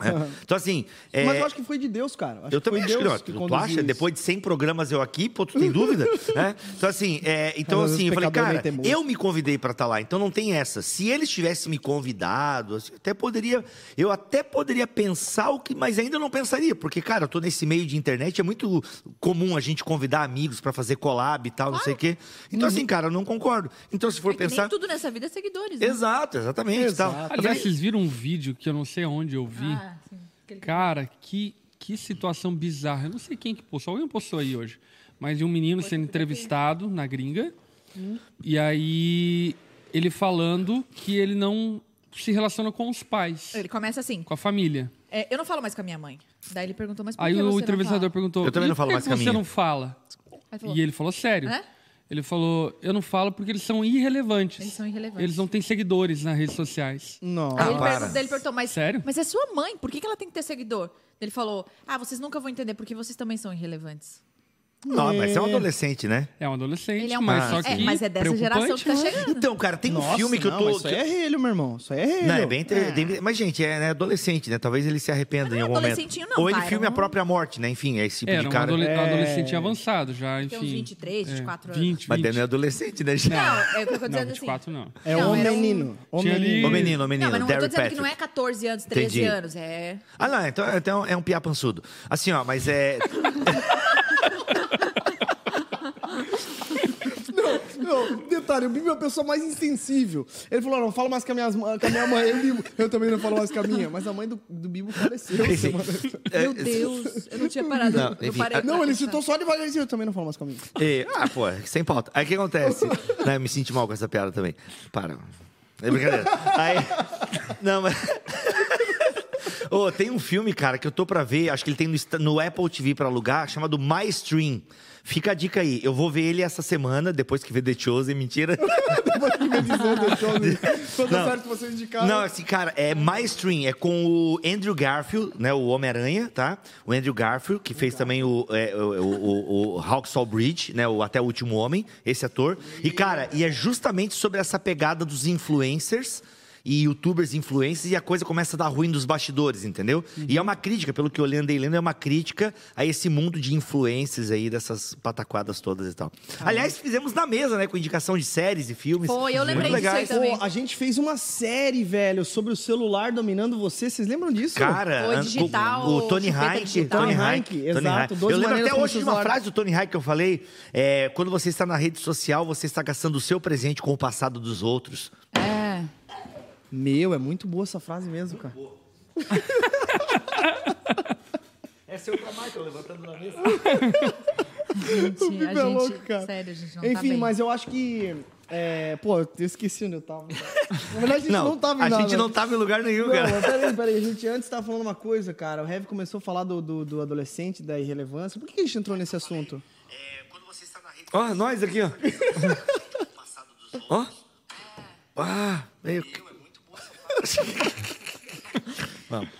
I: né? Então, assim. é-
A: Mas eu acho que foi de Deus, cara. Acho
I: eu também
A: foi
I: acho que
A: Deus
I: não. Tu- tu
A: conduziu
I: acha?
A: isso.
I: Depois de 100 programas eu aqui, pô, tu tem dúvida? né? Então, assim, é, então,
A: Mas às
I: assim
A: vezes
I: eu
A: o
I: falei,
A: pecador
I: cara,
A: nem tem muito.
I: eu me convidei pra estar lá, então não tem essa. Se eles tivessem me convidado, assim, eu até poderia, eu até poderia pensar o que, mas ainda não pensaria, porque, cara, eu tô nesse meio de internet, é muito comum a gente convidar amigos pra fazer collab e tal, não sei o quê. Então, assim, cara, eu não concordo. Então, se
C: É
I: for
C: que
I: pensar.
C: nem tudo nessa vida é seguidores. né?
I: Exato, exatamente.
A: Exato.
I: Tal. Eu
D: Aliás,
I: falei,
D: vocês viram um vídeo que eu não sei onde eu vi.
C: Ah, sim. Aquele-
D: Cara, que, que situação bizarra. Eu não sei quem que postou, alguém postou aí hoje. Mas de um menino sendo entrevistado na gringa.
C: Hum.
D: E aí ele falando que ele não se relaciona com os pais,
C: Ele começa assim:
D: com a família.
C: é, eu não falo mais com a minha mãe. Daí ele perguntou, mas por
D: Aí
C: que você
D: o
C: não
D: entrevistador
C: fala?
D: perguntou:
I: Eu também
D: "E
I: não falo
D: por que
I: mais
D: que
I: com a
D: você
I: minha?"
D: não fala?
C: Aí falou,
D: E ele falou sério.
C: É?
D: Ele falou: Eu não falo porque eles são irrelevantes.
C: Eles são irrelevantes.
D: Eles não têm seguidores nas redes sociais.
A: Não.
C: Aí ele,
I: para.
C: perguntou, daí ele perguntou, mas,
D: Ah, Sério?
C: mas é sua mãe, por que, que ela tem que ter seguidor? Ele falou, ah, vocês nunca vão entender, porque vocês também são irrelevantes.
I: Não, mas você é um adolescente, né?
D: É um adolescente,
C: Ele é um
D: mas
I: Ah,
D: só
I: sim.
D: que.
C: É, mas é dessa geração que tá
D: preocupante, né?
C: chegando.
I: Então, cara, tem um
A: Nossa,
I: filme que
A: não,
I: eu tô.
A: Isso aí
I: que eu-
A: é relho, meu irmão. Isso aí é relho.
I: Não, é bem, inter- bem- Mas, gente, é né, adolescente, né? Talvez ele se arrependa em
C: é
I: algum momento.
C: adolescentinho, não,
I: Ou ele
C: tá? Era
I: filme a
C: um-
I: própria morte, né? Enfim, é esse tipo
D: Era
I: de
D: um
I: cara.
D: adole-
A: É.
D: adolescente avançado já, enfim.
C: Tem uns 23, 24 anos.
D: 20,
I: Mas
D: 20.
I: daí não é adolescente, né, gente?
C: Não, é o que eu tô
D: Não,
C: dizendo assim.
D: 24 não.
A: É
C: Não,
A: homem
C: era um-
A: menino. Homem
D: Tinha ali-
I: Ô
A: menino.
I: menino, ô menino,
C: não, mas não eu tô
I: Derry
C: dizendo
I: Patrick.
C: que não é 14 anos, 13
I: Entendi.
C: anos, é...
I: Ah, não, então, então é um piá pançudo. Assim, ó, mas é.
A: Não, detalhe, o Bibo é a pessoa mais insensível. Ele falou: não falo mais com a minha, com a minha mãe. Eu, Bibo, eu também não falo mais com a minha. Mas a mãe do, do Bibo faleceu.
I: Esse-
A: semana-
I: é-
C: Meu Deus, eu não tinha parado.
I: Não,
C: eu
I: enfim,
C: parei
I: a-
C: pra
A: Não, ele
C: pensar.
A: citou só devagarzinho. Eu também não falo mais com a minha.
I: é- ah, pô, sem pauta. Aí o que acontece? né, eu me sinto mal com essa piada também. Para. É brincadeira. Aí. Não, mas. Ô, tem um filme, cara, que eu tô pra ver, acho que ele tem no, Sta- no Apple TV pra alugar, chamado My Stream. Fica a dica aí. Eu vou ver ele essa semana, depois que ver The Chosen, mentira.
A: Depois que me avisou, deixou. né? Tô dando certo que vocês indicaram.
I: Não, assim, cara, é My Stream, é com o Andrew Garfield, né? O Homem-Aranha, tá? O Andrew Garfield, que fez também o, é, o, o, o- o Hawksaw Bridge, né? O Até o Último Homem, esse ator. E, cara, e é justamente sobre essa pegada dos influencers. e youtubers influencers e a coisa começa a dar ruim dos bastidores, entendeu? E é uma crítica, pelo que eu lendo e lendo, é uma crítica a esse mundo de influencers aí, dessas pataquadas todas e tal. Aliás, fizemos na mesa, né? Com indicação de séries e filmes.
C: Foi, eu
I: Muito
C: lembrei disso aí
I: legais.
C: também.
A: Pô, a gente fez uma série, velho, sobre o celular dominando você. Vocês lembram disso?
I: Cara,
C: Foi
I: an-
C: digital,
I: o, o Tony
C: chupeta
I: Hike.
C: digital.
I: Tony
A: Tony
I: Hike,
A: Hike,
I: Tony
A: exato,
I: Hike.
A: doze
I: Eu lembro
A: maneiras
I: até
A: como
I: hoje de uma
A: usar.
I: frase do Tony Hike que eu falei: é, quando você está na rede social, você está gastando o seu presente com o passado dos outros.
J: É.
A: Meu, é muito boa essa frase mesmo, cara.
I: Essa é outra marca, levantando na mesa.
C: Gente, a
A: Fica
C: gente,
A: louco, cara.
C: Sério, a gente não tá
A: Enfim,
C: bem.
A: mas eu acho que. é, pô, eu esqueci onde eu tava. Na verdade, a gente não,
I: Não,
A: tava em
I: a
A: nada.
I: gente não tava em lugar nenhum,
A: Não,
I: cara.
A: mas peraí, peraí. A gente antes tava falando uma coisa, cara. O Heavy começou a falar do, do, do adolescente, da irrelevância. Por que a gente entrou nesse assunto?
I: Ó, nós aqui, ó. Ó. Ah, meio.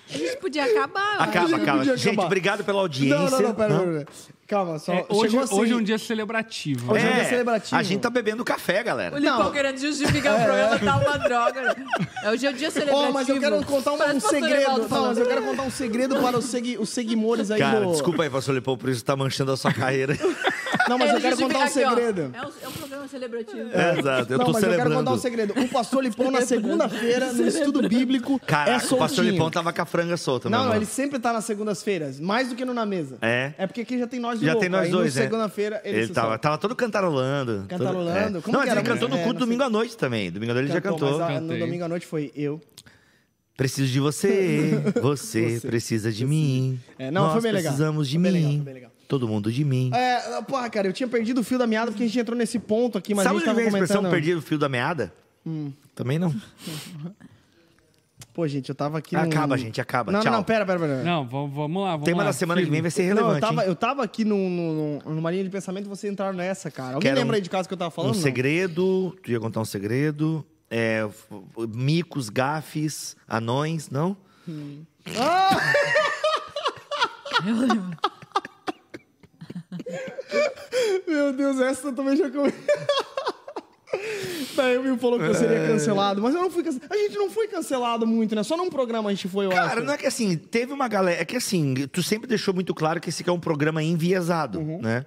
C: A gente podia acabar.
A: A
I: Acaba,
A: gente
I: acaba.
A: podia
I: Gente,
A: acabar.
I: obrigado pela audiência.
A: Não,
I: né?
A: não, não, pera, pera, pera. Calma, só.
D: É, hoje,
A: chegou assim-
D: hoje é um dia celebrativo. né?
A: Hoje é um
I: É,
A: dia celebrativo.
I: a gente tá bebendo café, galera.
C: O Lipão querendo justificar o programa, tá uma droga. Hoje é o dia celebrativo.
A: É. Ó, mas eu quero contar um,
C: Parece
A: um
C: o pastor Evaldo
A: segredo. Não,
C: falando.
A: mas eu quero contar um segredo para os, segui, os seguimores aí
I: Cara,
A: do...
I: desculpa aí, pastor Lipão, por isso tá manchando a sua carreira.
A: Não, mas
C: Ele
A: eu quero contar um
C: justifica aqui, ó.
A: segredo.
C: É um, é um programa celebrativo.
I: É, Exato, eu
A: não,
I: tô
A: mas eu
I: celebrando.
A: quero contar um segredo. O pastor Lipão, na segunda-feira, no estudo bíblico, é
I: Caraca,
A: soltinho.
I: o pastor Lipão tá tava com a franga solta, meu
A: Não, não,
I: amor.
A: ele sempre tá nas segundas-feiras, mais do que no Na Mesa.
I: É?
A: É porque aqui já tem nós de
I: Já
A: louco.
I: tem nós
A: aí
I: dois,
A: na
I: né?
A: segunda-feira ele,
I: Ele
A: se
I: tava,
A: solta.
I: tava todo cantarolando. todo-
A: Cantarolando?
I: é.
A: Como
I: não,
A: que
I: mas
A: era
I: ele
A: a
I: cantou no
A: música? É, não
I: culto
A: sei.
I: domingo à noite também. Domingo à noite ele já
A: Cantou,
I: cantou.
A: Mas a- no
D: Cantei.
A: domingo à noite foi eu.
I: Preciso de você, você, precisa de mim.
A: É, não,
I: Nós
A: foi bem legal.
I: precisamos de
A: Foi bem
I: mim.
A: legal, foi bem legal.
I: Todo mundo de mim.
A: É, porra, cara, eu tinha perdido o fio da meada porque a gente entrou nesse ponto aqui, mas
I: Sabe
A: a gente
I: onde
A: tava
I: vem a expressão
A: comentando... Hum.
I: perdido o fio da meada? Também não.
A: Pô, gente, eu tava aqui
I: Acaba,
A: num-
I: gente, acaba.
A: Não,
I: Tchau.
A: não, não, pera, pera, pera.
D: Não, vamos, vamos lá.
I: O
D: Vamos
I: um tema
D: lá.
I: da semana que vem vai ser
A: Não,
I: relevante.
A: eu tava,
I: hein?
A: eu tava aqui num, num, numa linha de pensamento e vocês entraram nessa, cara. Alguém
I: Quero um-
A: lembra aí de caso que eu tava falando?
I: Um
A: não?
I: segredo, tu ia contar um segredo. É, f- f- micos, gafes, anões, não?
A: Meu Deus, essa eu também já comi. Daí o Will falou que eu
I: É.
A: seria cancelado, mas eu não fui cancelado. A gente não foi cancelado muito, né? Só num programa a gente foi, eu
I: Cara,
A: acho.
I: não é que assim, teve uma galera. É que assim, tu sempre deixou muito claro que esse aqui é um programa enviesado, né?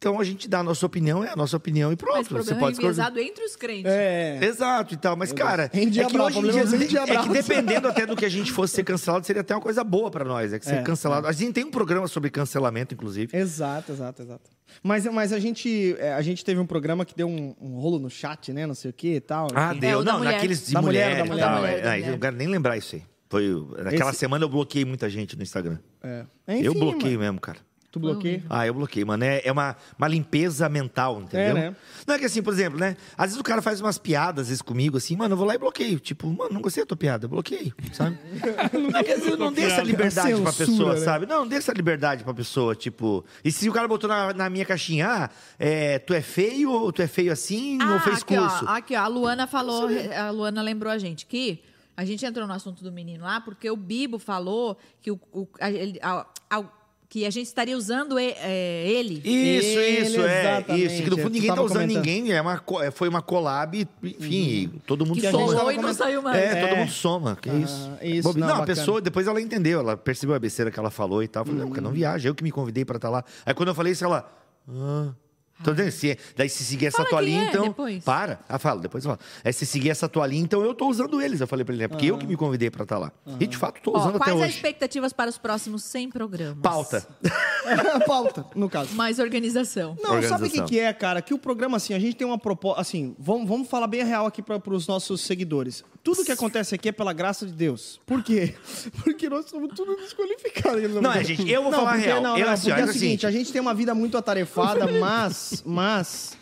I: Então a gente dá a nossa opinião, é a nossa opinião e
C: Mas
I: pronto.
C: o
I: Você
C: problema
I: pode
C: é
I: escolher.
C: enviesado entre os crentes.
A: É.
I: Exato e tal, mas cara, é
A: Endiabrar,
I: que hoje em
A: problema
I: dia,
A: é ser
I: é
A: endiabrado.
I: que dependendo até do que a gente fosse ser cancelado, seria até uma coisa boa pra nós, é que ser
A: É.
I: cancelado. A gente tem um programa sobre cancelamento, inclusive.
A: Exato, exato, exato. Mas, mas a, gente, é, a gente teve um programa que deu um, um rolo no chat, né? Não sei o que e tal.
I: Ah,
A: enfim.
I: deu.
C: o da
I: Não,
C: mulher.
I: naqueles de
A: Da mulher,
I: mulher,
A: da
I: e
A: mulher,
I: tal.
C: da
I: é.
C: mulher, da
I: Ah, eu Não
C: mulher.
I: quero nem lembrar isso aí. Foi o- naquela
A: Esse-
I: semana eu bloqueei muita gente no Instagram.
A: É. Enfim,
I: eu bloqueei
A: mano.
I: mesmo, cara.
A: Tu bloqueia?
I: Ah, eu bloqueei, mano. É, é uma, uma limpeza mental, entendeu?
A: É, né?
I: Não é que assim, por exemplo, né? Às vezes o cara faz umas piadas, às vezes comigo, assim, mano, eu vou lá e bloqueio. Tipo, mano, não gostei da tua piada, eu bloqueio, sabe? não, é que, às vezes, eu não dei essa liberdade pra
A: Censura,
I: pessoa,
A: né?
I: sabe? Não, não dei essa liberdade pra pessoa, tipo... E se o cara botou na, na minha caixinha, ah, é, tu é feio, ou tu é feio assim, ou fez
C: Ah, aqui,
I: curso?
C: Ó, aqui, ó, a Luana falou, a Luana lembrou a gente que a gente entrou no assunto do menino lá porque o Bibo falou que o, o- a- ele- a- a- que a gente estaria usando e- é, ele.
I: Isso,
A: Ele,
I: isso, é.
A: exatamente.
I: Isso. Que no
A: Tu
I: fundo ninguém
A: tava
I: tá usando
A: comentando.
I: ninguém. É uma, co- é- foi uma collab, enfim, e todo mundo
C: Que
A: a gente
C: solou
A: tava
C: e não
A: comentando.
C: saiu mais.
I: É,
A: É.
I: todo mundo soma. Que isso.
A: isso,
I: Bobe-
A: não,
I: não, a
A: bacana.
I: pessoa, depois ela entendeu, ela percebeu a besteira que ela falou e tal. Falei, não, cara, não viaja, eu que me convidei pra estar lá. Aí quando eu falei isso, ela. Ah. Tô dizendo, se, daí se seguir essa
C: Fala
I: tua
C: quem
I: linha,
C: é
I: então.
C: depois.
I: Para. Ah, fala, depois fala. Aí se seguir essa tua linha, então eu tô usando eles. Eu falei pra ele, é porque eu que me convidei pra estar lá. E de fato tô
C: Ó,
I: usando até
C: quais as
I: hoje.
C: expectativas para os próximos 100 programas?
I: Pauta.
A: Pauta, no caso.
C: Mais organização.
A: Não, sabe o que,
I: Organização.
A: que é, cara? Que o programa, assim, a gente tem uma proposta. Assim, vamos, vamos falar bem a real aqui para os nossos seguidores. Tudo que acontece aqui é pela graça de Deus. Por quê? Porque nós somos tudo desqualificados.
I: Não, é, gente, eu vou falar a
A: porque,
I: real.
A: Não, não,
I: Eu,
A: é
I: assim, ó,
A: porque é
I: é
A: o
I: o
A: seguinte:
I: seguinte.
A: a gente tem uma vida muito atarefada, mas. mas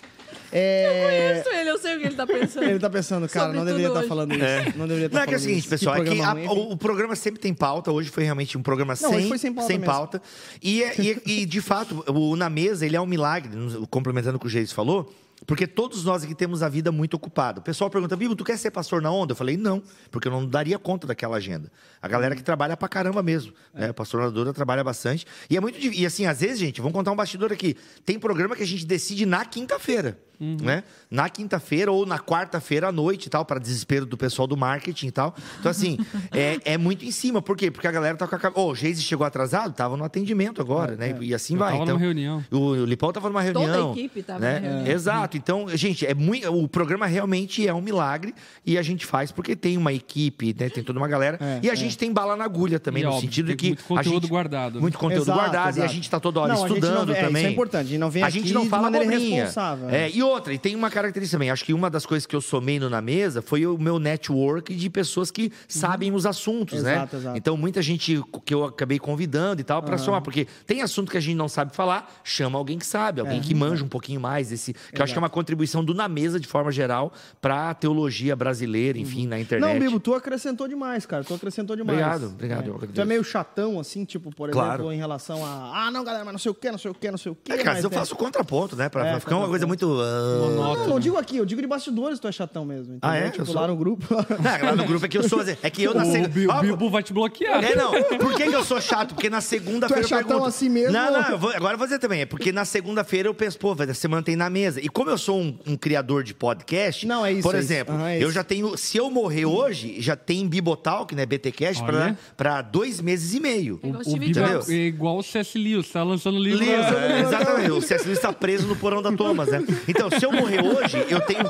A: é,
C: Isso, ele, eu sei o que ele tá
A: ele
C: pensando.
A: tá pensando, cara,
C: Sobre
A: não deveria estar
C: tudo hoje.
A: falando isso. Não deveria estar
I: Não é que é
A: falando
I: o seguinte,
A: isso.
I: pessoal, é que
A: programa
I: a-
A: ruim,
I: o, o programa sempre tem pauta. Hoje foi realmente um programa
A: Não, hoje
I: sem,
A: foi sem pauta mesmo.
I: pauta. é E, é- e- e, de fato, o Na Mesa, ele é um milagre, nos- complementando o que o Geis falou. Porque todos nós aqui temos a vida muito ocupada. O pessoal pergunta, Bibo, tu quer ser pastor na onda? Eu falei, não, porque eu não daria conta daquela agenda. A galera que trabalha pra caramba mesmo. Né? O pastor na Dora trabalha bastante. E é muito difícil. E assim, às vezes, gente, vamos contar um bastidor aqui. Tem programa que a gente decide na quinta-feira.
D: Uhum.
I: Né? Na quinta-feira ou na quarta-feira à noite e tal, para desespero do pessoal do marketing e tal. Então, assim, é, é muito em cima. Por quê? Porque a galera tá com a cabeça. Ô, o Geise chegou atrasado, tava no atendimento agora, né? E assim
D: É, Eu
I: vai.
D: tava
I: então,
D: numa reunião.
I: O, o Lipão tava numa
C: Toda a
I: reunião.
C: equipe tava
I: né?
C: numa reunião.
I: Exato. Então, gente, é muito, o programa realmente é um milagre e a gente faz porque tem uma equipe, né? tem toda uma galera.
A: É,
I: e a gente tem bala na agulha também,
D: E,
I: no
D: óbvio,
I: sentido de
D: tem muito
I: que. a
D: conteúdo
I: gente-
D: guardado, né?
I: Muito conteúdo
A: Exato,
I: guardado e a
A: exato.
I: gente está toda hora
A: Não, a gente
I: estudando
A: não- é, isso é
I: também.
A: importante, a gente não vem
I: A
A: aqui
I: gente não
A: de
I: fala
A: maneira
I: abobrinha.
A: irresponsável,
I: É,
A: né?
I: e outra, e tem uma característica também. Acho que uma das coisas que eu somei no na mesa foi o meu network de pessoas que sabem os assuntos,
A: Exato,
I: né?
A: exato.
I: Então, muita gente que eu acabei convidando e tal para somar, porque tem assunto que a gente não sabe falar, chama alguém que sabe, alguém que manja um pouquinho mais desse. Que eu acho que é uma contribuição do na mesa de forma geral para teologia brasileira, enfim, na internet.
A: Não, Bibo, tu acrescentou demais, cara. Tu acrescentou demais.
I: Obrigado, obrigado, eu agradeço.
A: Tu é meio chatão, assim, tipo, por
I: Claro.
A: exemplo, em relação a. Ah, não, galera, mas não sei o quê, não sei o quê, não sei o quê.
I: É, cara,
A: mas
I: eu
A: é-
I: faço o contraponto, né? Pra
A: É,
I: pra ficar uma coisa muito. ah,
A: Não,
D: Monótono.
A: não, não digo aqui, eu digo de bastidores tu é chatão mesmo. entendeu?
I: Ah, é? Eu
A: Tipo,
I: sou.
A: lá no grupo.
I: Ah, lá no grupo é que eu sou. É que eu na
D: O
I: seg-
D: Bi- o
I: Ó,
D: Bibo vai te bloquear.
I: É, não. Por que, que eu sou chato? Porque na segunda-feira.
A: Tu é
I: eu
A: chatão
I: pergunto-
A: assim mesmo?
I: Não, não. eu vou- agora eu vou dizer também. É porque na segunda-feira eu penso, pô, velho, semana tem na mesa. E como eu sou um, um criador de podcast.
A: Não, é isso,
I: Por
A: é isso.
I: exemplo,
A: Aham, é
I: eu
A: isso.
I: já tenho. Se eu morrer hoje, já tem Bibotalk, né? BTcast, pra,
D: Olha.
I: pra dois meses e meio.
C: É igual
D: O
C: Steve
D: Bibo
I: Entendeu?
C: Jobs.
D: é igual o C.S. Lewis, tá lançando livro.
I: Lewis,
D: né?
I: é, exatamente. O C.S. Lewis está preso no porão da Thomas, né? Então, se eu morrer hoje, eu tenho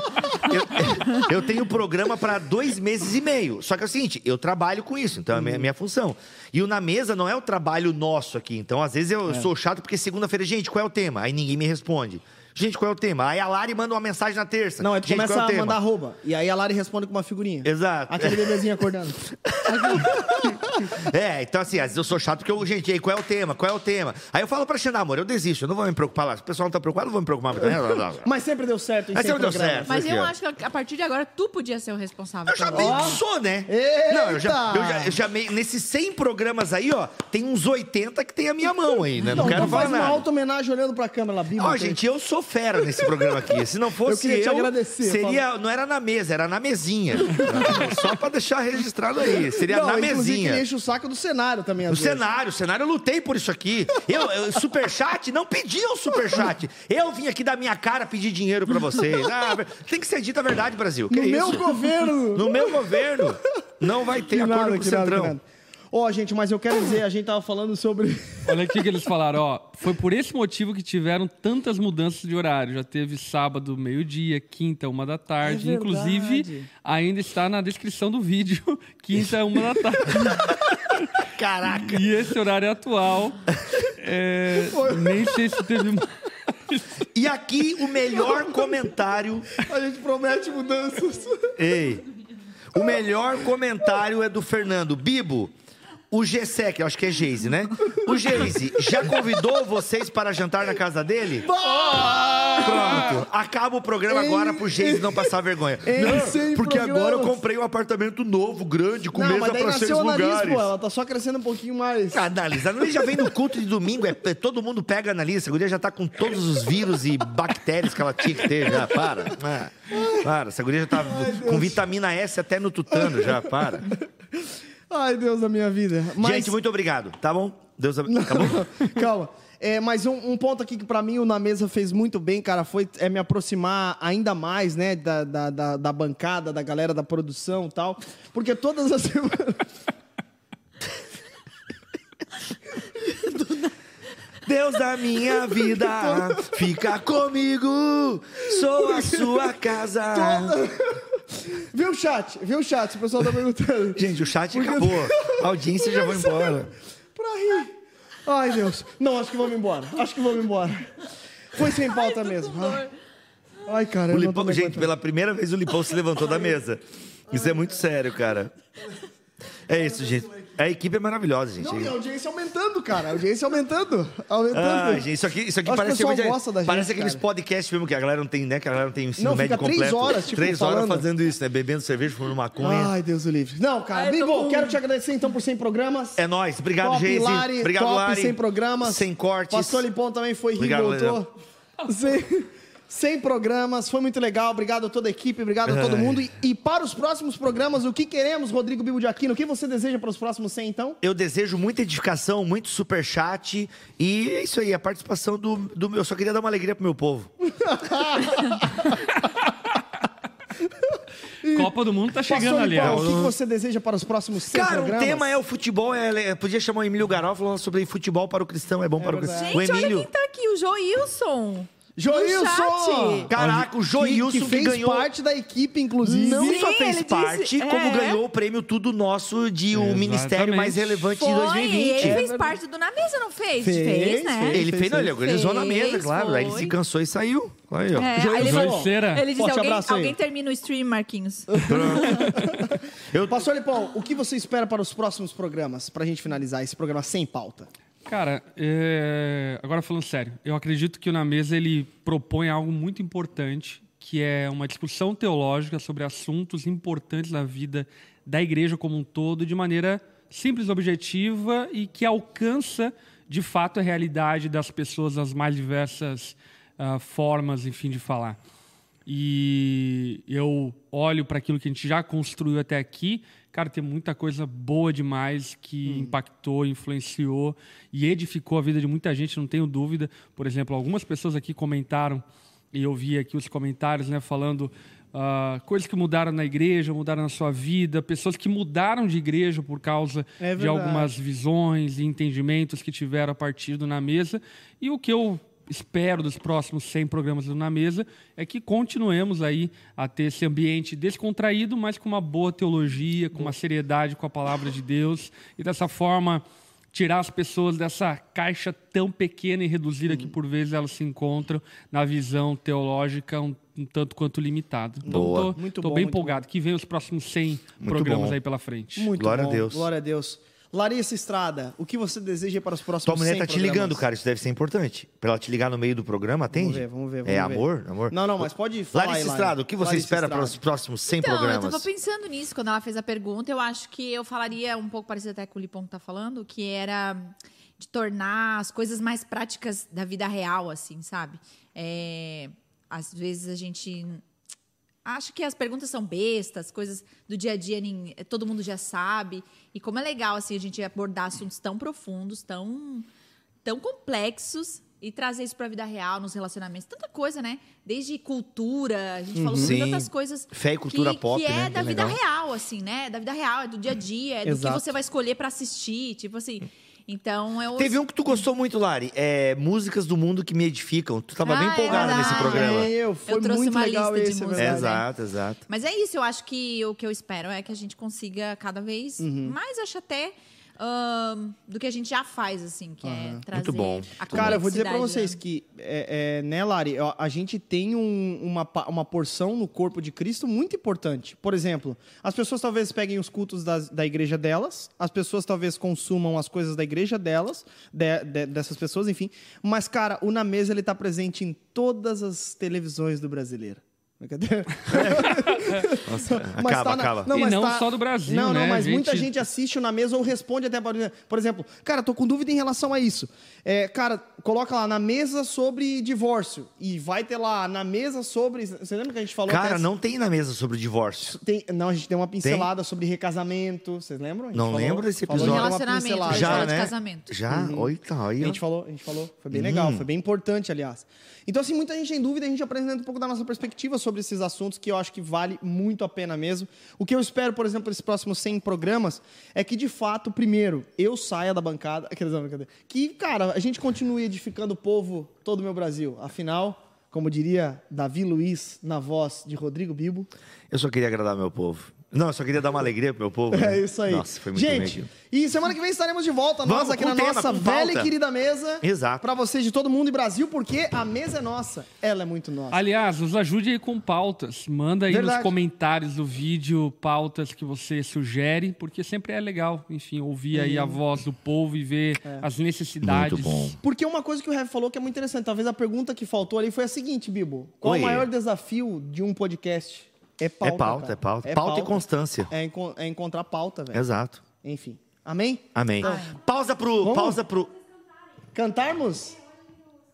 I: eu, eu tenho programa para dois meses e meio. Só que é o seguinte, eu trabalho com isso, então é a
A: Hum.
I: minha, minha função. E o Na Mesa não é o trabalho nosso aqui. Então, às vezes
A: É.
I: eu sou chato porque segunda-feira, gente, qual é o tema? Aí ninguém me responde. Gente, qual é o tema? Aí a Lari manda uma mensagem na terça.
A: Não, aí tu
I: gente,
A: começa
I: qual é o
A: a
I: tema?
A: mandar arroba. E aí a Lari responde com uma figurinha.
I: Exato.
A: Aquele bebezinho acordando.
I: É, então assim, às vezes eu sou chato porque eu, gente, e aí, qual é o tema? Qual é o tema? Aí eu falo pra Xena, amor, eu desisto, eu não vou me preocupar lá. Se o pessoal não tá preocupado, eu não vou me preocupar. muito.
A: Mas sempre deu certo. em
I: Mas
A: 100
I: sempre deu
A: programas.
I: certo.
C: Mas
I: Aqui,
C: eu
I: ó.
C: acho que a partir de agora tu podia ser o responsável.
I: Eu já
C: pela
I: meio
C: obra.
I: que sou, né?
A: Eita!
I: Não, eu já, eu já, eu já meio, nesses 100 programas aí, ó, tem uns 80 que tem a minha mão aí, né? Não,
A: Não,
I: quero
A: tu então, faz
I: falar
A: uma
I: nada.
A: auto-homenagem olhando pra câmera, Bibo.
I: Ó, gente, eu sou fera nesse programa aqui. Se não fosse
A: Eu queria te agradecer,
I: seria, não era na mesa, era na mesinha. Só pra deixar registrado aí, seria
A: não,
I: na
A: inclusive, que ele
I: mesinha.
A: enche o saco do cenário também, às
I: O
A: vezes.
I: cenário, o cenário, eu lutei por isso aqui. Eu, eu superchat, não pedi o superchat. Eu vim aqui da minha cara pedir dinheiro pra vocês. Ah, tem que ser dita a verdade, Brasil. Que
A: No
I: isso?
A: meu governo!
I: No meu governo, não vai ter
A: Que
I: acordo
A: nada,
I: com o
A: que nada, que
I: Centrão.
A: nada. Ó, gente, mas eu quero dizer, a gente tava falando sobre...
D: Olha aqui o que eles falaram, ó. Foi por esse motivo que tiveram tantas mudanças de horário. Já teve sábado, meio-dia, quinta, uma da tarde.
A: É
D: Inclusive,
A: verdade.
D: ainda está na descrição do vídeo, quinta, uma da tarde.
I: Caraca!
D: E esse horário atual. é, nem sei se teve. um- mais.
I: E aqui o melhor comentário.
A: A gente promete mudanças.
I: Ei! O melhor comentário é do Fernando. Bibo, o Gesec, acho que é Geise, né? O Geise já convidou vocês para jantar na casa dele? Pronto. Acaba o programa agora pro Geise não passar vergonha.
A: Ei, sem
I: porque
A: programas.
I: agora eu comprei um apartamento novo, grande, com
A: Não,
I: mesa
A: mas daí
I: para seis
A: nasceu a
I: lugares.
A: nariz, pô. Ela tá só crescendo um pouquinho mais.
I: A Analisa, a Analisa já vem no culto de domingo, é, é- todo mundo pega a Analisa, a guria já tá com todos os vírus e bactérias que ela tinha que ter, já, para. Ah, para, essa guria já tá com vitamina S até no tutano, já, para.
A: Ai, Deus da minha vida. Mas...
I: Gente, muito obrigado, tá bom? Deus abençoe. Acabou?
A: Calma. É, mas um, um ponto aqui que pra mim o Na Mesa fez muito bem, cara, foi é, me aproximar ainda mais, né, da, da, da, da bancada, da galera da produção e tal. Porque todas as semanas...
I: Deus da minha vida, fica comigo, sou a sua casa.
A: Viu o chat? Viu o chat? O pessoal tá perguntando.
I: Gente, o chat acabou, a audiência já foi embora.
A: pra rir. Ai, Deus. Não, acho que vamos embora. Acho que vamos embora. Foi sem pauta mesmo. Ai, Ai, cara,
I: O
A: eu não tô
I: Lipão,
A: me
I: gente,
A: aguentando.
I: pela primeira vez o Lipão se levantou da mesa. Isso é muito sério, cara. É isso, gente. A equipe é maravilhosa,
A: Não, e a
I: gente.
A: audiência aumentando, cara. A audiência aumentando. Aumentando.
I: Ah, gente, isso aqui, isso aqui
A: Acho que o
I: parece,
A: pessoal
I: muito-
A: gosta da gente,
I: parece aqueles
A: cara.
I: podcasts mesmo que a galera não tem, né? Que a galera não tem ensino
A: Não,
I: médio
A: fica três
I: completo.
A: horas, tipo,
I: três horas
A: falando.
I: fazendo isso, né? Bebendo cerveja, fumando maconha.
A: Ai, Deus do livre. Não, cara. Bibo, quero te agradecer então por 100 programas.
I: É nóis. Obrigado,
A: top,
I: Geise.
A: Lari.
I: Obrigado,
A: top,
I: Lari.
A: sem programas.
I: Sem cortes.
A: Pastor Limpão também foi rindo,
I: Obrigado,
A: voltou. Sem... 100 programas, foi muito legal. Obrigado a toda a equipe, obrigado a todo mundo. E, e para os próximos programas, o que queremos, Rodrigo Bibo de Aquino? O que você deseja para os próximos 100, então?
B: Eu desejo muita edificação, muito superchat e é isso aí, a participação do, do meu. Eu só queria dar uma alegria pro meu povo.
D: Copa do Mundo tá chegando
A: Pastor
D: ali.
A: Paulo,
D: ó.
A: o que que você deseja para os próximos 100
B: Cara,
A: programas?
B: o tema é o futebol. é- é- podia chamar o Emílio Garol falar sobre futebol para o cristão, é bom para o cristão.
C: Gente,
B: O
C: olha
B: Emílio.
C: quem tá aqui, o Joilson.
A: Joilson!
C: chat.
B: Caraca, o Joilson
A: que, que fez
B: ganhou.
A: parte da equipe, inclusive.
B: Não
C: Sim,
B: só fez
C: ele disse-
B: parte, como
C: é.
B: ganhou o prêmio Tudo Nosso de o
D: Exatamente.
B: ministério mais relevante
C: Foi,
B: de 2020.
C: ele fez parte do Na Mesa, não fez?
A: Fez,
C: Fez, né?
A: fez.
B: Ele fez, não, ele organizou na mesa,
C: Fez,
B: claro. Aí ele
C: foi.
B: se cansou e saiu. Aí, ó.
C: É,
A: Joilson.
C: aí ele,
D: Joilceira.
C: falou, ele disse,
A: Forte
C: alguém,
A: abraço aí."
C: alguém termina o stream, Marquinhos.
A: Pastor Lipão, o que você espera para os próximos programas, para a gente finalizar esse programa sem pauta?
D: Cara, é, agora falando sério, eu acredito que o Na Mesa ele propõe algo muito importante, que é uma discussão teológica sobre assuntos importantes na vida da igreja como um todo, de maneira simples, objetiva e que alcança de fato a realidade das pessoas das mais diversas ah, formas, enfim, de falar. E eu olho para aquilo que a gente já construiu até aqui. Cara, tem muita coisa boa demais que impactou, influenciou e edificou a vida de muita gente, não tenho dúvida. Por exemplo, algumas pessoas aqui comentaram, e eu vi aqui os comentários, né, falando ah, coisas que mudaram na igreja, mudaram na sua vida, pessoas que mudaram de igreja por causa
A: É
D: de
A: verdade.
D: algumas as visões e entendimentos que tiveram a partir do Na Mesa. E o que eu espero dos próximos 100 programas do Na Mesa é que continuemos aí a ter esse ambiente descontraído, mas com uma boa teologia, com uma seriedade com a palavra de Deus. E dessa forma tirar as pessoas dessa caixa tão pequena e reduzida que por vezes elas se encontram na visão teológica um, um tanto quanto limitada. Então,
I: Boa.
D: tô,
A: Muito
D: tô
A: bom,
D: bem
A: muito
D: empolgado. Que venham os próximos 100
I: Muito
D: programas
I: bom.
D: aí pela frente.
A: Muito
I: Glória a
A: bom.
I: Deus.
A: Glória a Deus. Larissa Estrada, o que você deseja para os
B: Tua
A: próximos 100
B: mulher tá
A: programas?
B: te ligando, cara, isso deve ser importante. Pra ela te ligar no meio do programa, atende?
A: ver, vamos ver,
B: é
A: vamos ver.
B: amor, amor.
A: Não, não, mas pode falar aí,
B: Larissa
A: Lari.
B: Estrada, o que você
A: Larissa
B: espera
A: Estrada.
B: para os próximos 100
C: Então,
B: programas?
C: eu tava pensando nisso quando ela fez a pergunta. Eu acho que eu falaria um pouco parecido até com o Lipão que tá falando, que era de tornar as coisas mais práticas da vida real, assim, sabe? É, às vezes a gente acha que as perguntas são bestas, coisas do dia a dia nem- todo mundo já sabe. E como é legal, assim, a gente abordar assuntos tão profundos, tão tão complexos e trazer isso para a vida real, nos relacionamentos, tanta coisa, né? Desde cultura, a gente falou sobre
B: Uhum. Sim.
C: tantas coisas.
B: Fé e cultura
C: que,
B: pop,
C: que é
B: né?
C: da
B: Que
C: vida
B: legal.
C: real, assim, né? Da vida real, é do dia a dia, é do
A: Exato.
C: que você vai escolher para assistir, tipo assim. Então, eu
B: Teve um que tu gostou muito, Lari. É Músicas do Mundo que me edificam. Tu tava bem
C: Ah, é
B: empolgada nesse
C: verdade.
B: programa.
A: É, eu, foi
C: Eu trouxe
A: muito
C: uma
A: legal
C: lista de
A: esse, é
C: músicas.
A: verdade.
B: Exato, exato.
C: Mas é isso, eu acho que o que eu espero é que a gente consiga cada vez
B: Uhum.
C: mais, acho até, ahn, do que a gente já faz, assim, que é trazer
I: bom.
C: a
A: Cara, eu vou dizer pra
C: complexidade, né?
A: vocês que, é, é, né, Lari, ó, a gente tem um- uma, pa- uma porção no corpo de Cristo muito importante. Por exemplo, as pessoas talvez peguem os cultos das- da igreja delas, as pessoas talvez consumam as coisas da igreja delas, de- de- dessas pessoas, enfim. Mas, cara, o Na Mesa, ele tá presente em todas as televisões do brasileiro. Brincadeira. Mas tá
I: acaba,
A: na-
I: acaba.
D: E não só do Brasil,
A: Não, não,
D: né,
A: mas
D: gente?
A: muita gente assiste o na mesa ou responde até para Por exemplo, cara, tô com dúvida em relação a isso. É, cara, coloca lá na mesa sobre divórcio. E vai ter lá na mesa sobre. Você lembra que a gente falou?
B: Cara,
A: até-
B: não tem na mesa sobre divórcio.
A: Tem, não, a gente tem uma pincelada sobre recasamento. Vocês lembram? A gente
B: Não lembro desse
A: falou
C: Em
B: episódio.
A: uma
C: relacionamento,
A: pincelada.
C: a gente
B: Já,
C: fala de
B: né?
C: casamento.
B: Já? tá, Oita,
A: Uhum. A
B: aí. ó.
A: gente falou, a gente falou. Foi bem legal, foi bem importante, aliás. Então, assim, muita gente tem dúvida, a gente apresenta um pouco da nossa perspectiva sobre esses assuntos, que eu acho que vale muito a pena mesmo. O que eu espero, por exemplo, esses próximos 100 programas, é que, de fato, primeiro, eu saia da bancada... Aqueles não, brincadeira. Que, cara, a gente continue edificando o povo todo o meu Brasil. Afinal, como diria Davi Luiz, na voz de Rodrigo Bibo...
B: Eu só queria agradar meu povo. Não, eu só queria dar uma alegria pro meu povo. né?
A: É isso aí.
B: Nossa, foi muito bem
A: Gente,
B: aquilo.
A: e semana que vem estaremos de volta, nós
B: Vamos,
A: aqui
B: com
A: na
B: tema,
A: nossa
B: com
A: velha e
B: pauta.
A: querida mesa.
B: Exato.
A: Pra vocês de todo mundo e Brasil, porque a mesa é nossa. Ela é muito nossa.
D: Aliás, nos ajude aí com pautas. Manda aí
A: Verdade.
D: nos comentários do vídeo pautas que você sugere, porque sempre é legal, enfim, ouvir aí a voz do povo e ver
A: É.
D: as necessidades.
I: Muito bom.
A: Porque uma coisa que o Rev falou que é muito interessante, talvez a pergunta que faltou ali foi a seguinte, Bibo. Qual
B: Oi.
A: o maior desafio de um podcast? É pauta.
B: É pauta,
A: cara.
B: é pauta. Pauta e constância.
A: É, enco- é encontrar pauta, velho.
B: Exato.
A: Enfim. Amém?
B: Amém. Pausa pro. Pausa pro.
A: Cantarmos?
C: né?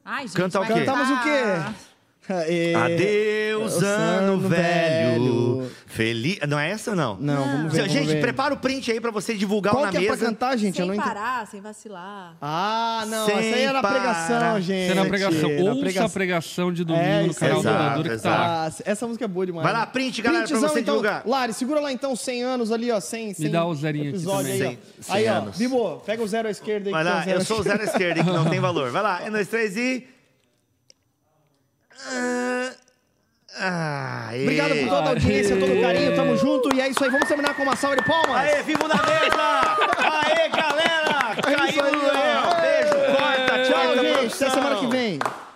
C: Ai, gente,
B: Canta o
C: vai
B: quê?
C: cantar-
A: Cantamos o quê?
B: Ah.
A: É,
I: Adeus,
A: é,
I: ano
A: ano
I: velho.
A: velho.
I: Feliz. Não é essa, não?
A: Não, vamos ver.
I: gente,
A: vamos ver.
I: prepara o print aí pra você divulgar o
A: Qual
I: na
A: que é pra
I: mesa.
A: cantar, gente? Eu não
C: sem
A: entendi.
C: parar, sem vacilar.
A: Ah, não,
I: Sem
A: essa aí era a pregação,
I: parar.
A: gente.
D: Será a pregação.
A: Era
D: Ouça a pregação de domingo
A: É,
D: no
A: isso
D: canal
I: aí.
D: do Dadura que tá lá.
A: Ah, essa música é boa demais.
I: Vai
A: né?
I: lá, print, galera, pra
A: Printzão,
I: você
A: então,
I: divulgar.
A: Lari, segura lá então 100 anos ali, ó. 100, 100
D: dá o zerinho aqui
A: episódio
D: também.
A: Aí, ó,
I: 100
A: aí, ó
I: anos.
A: Bibo, pega o zero à esquerda aí.
I: Vai
A: que tem
I: lá,
A: o zero
I: eu
A: à
I: sou o
A: esquerda.
I: zero à esquerda, hein, que não tem valor. Vai lá, um, dois, três e. Ah, aê.
A: Obrigado por toda a audiência, todo o carinho. Tamo junto. E é isso aí. Vamos terminar com uma salva de palmas.
I: Aê, vivo na mesa! Aê, galera!
A: É isso
I: Caiu
A: aí,
I: no
A: ó.
I: Léo! Beijo, corta, tchau,
A: Tchau, gente.
I: produção.
A: Até semana que vem.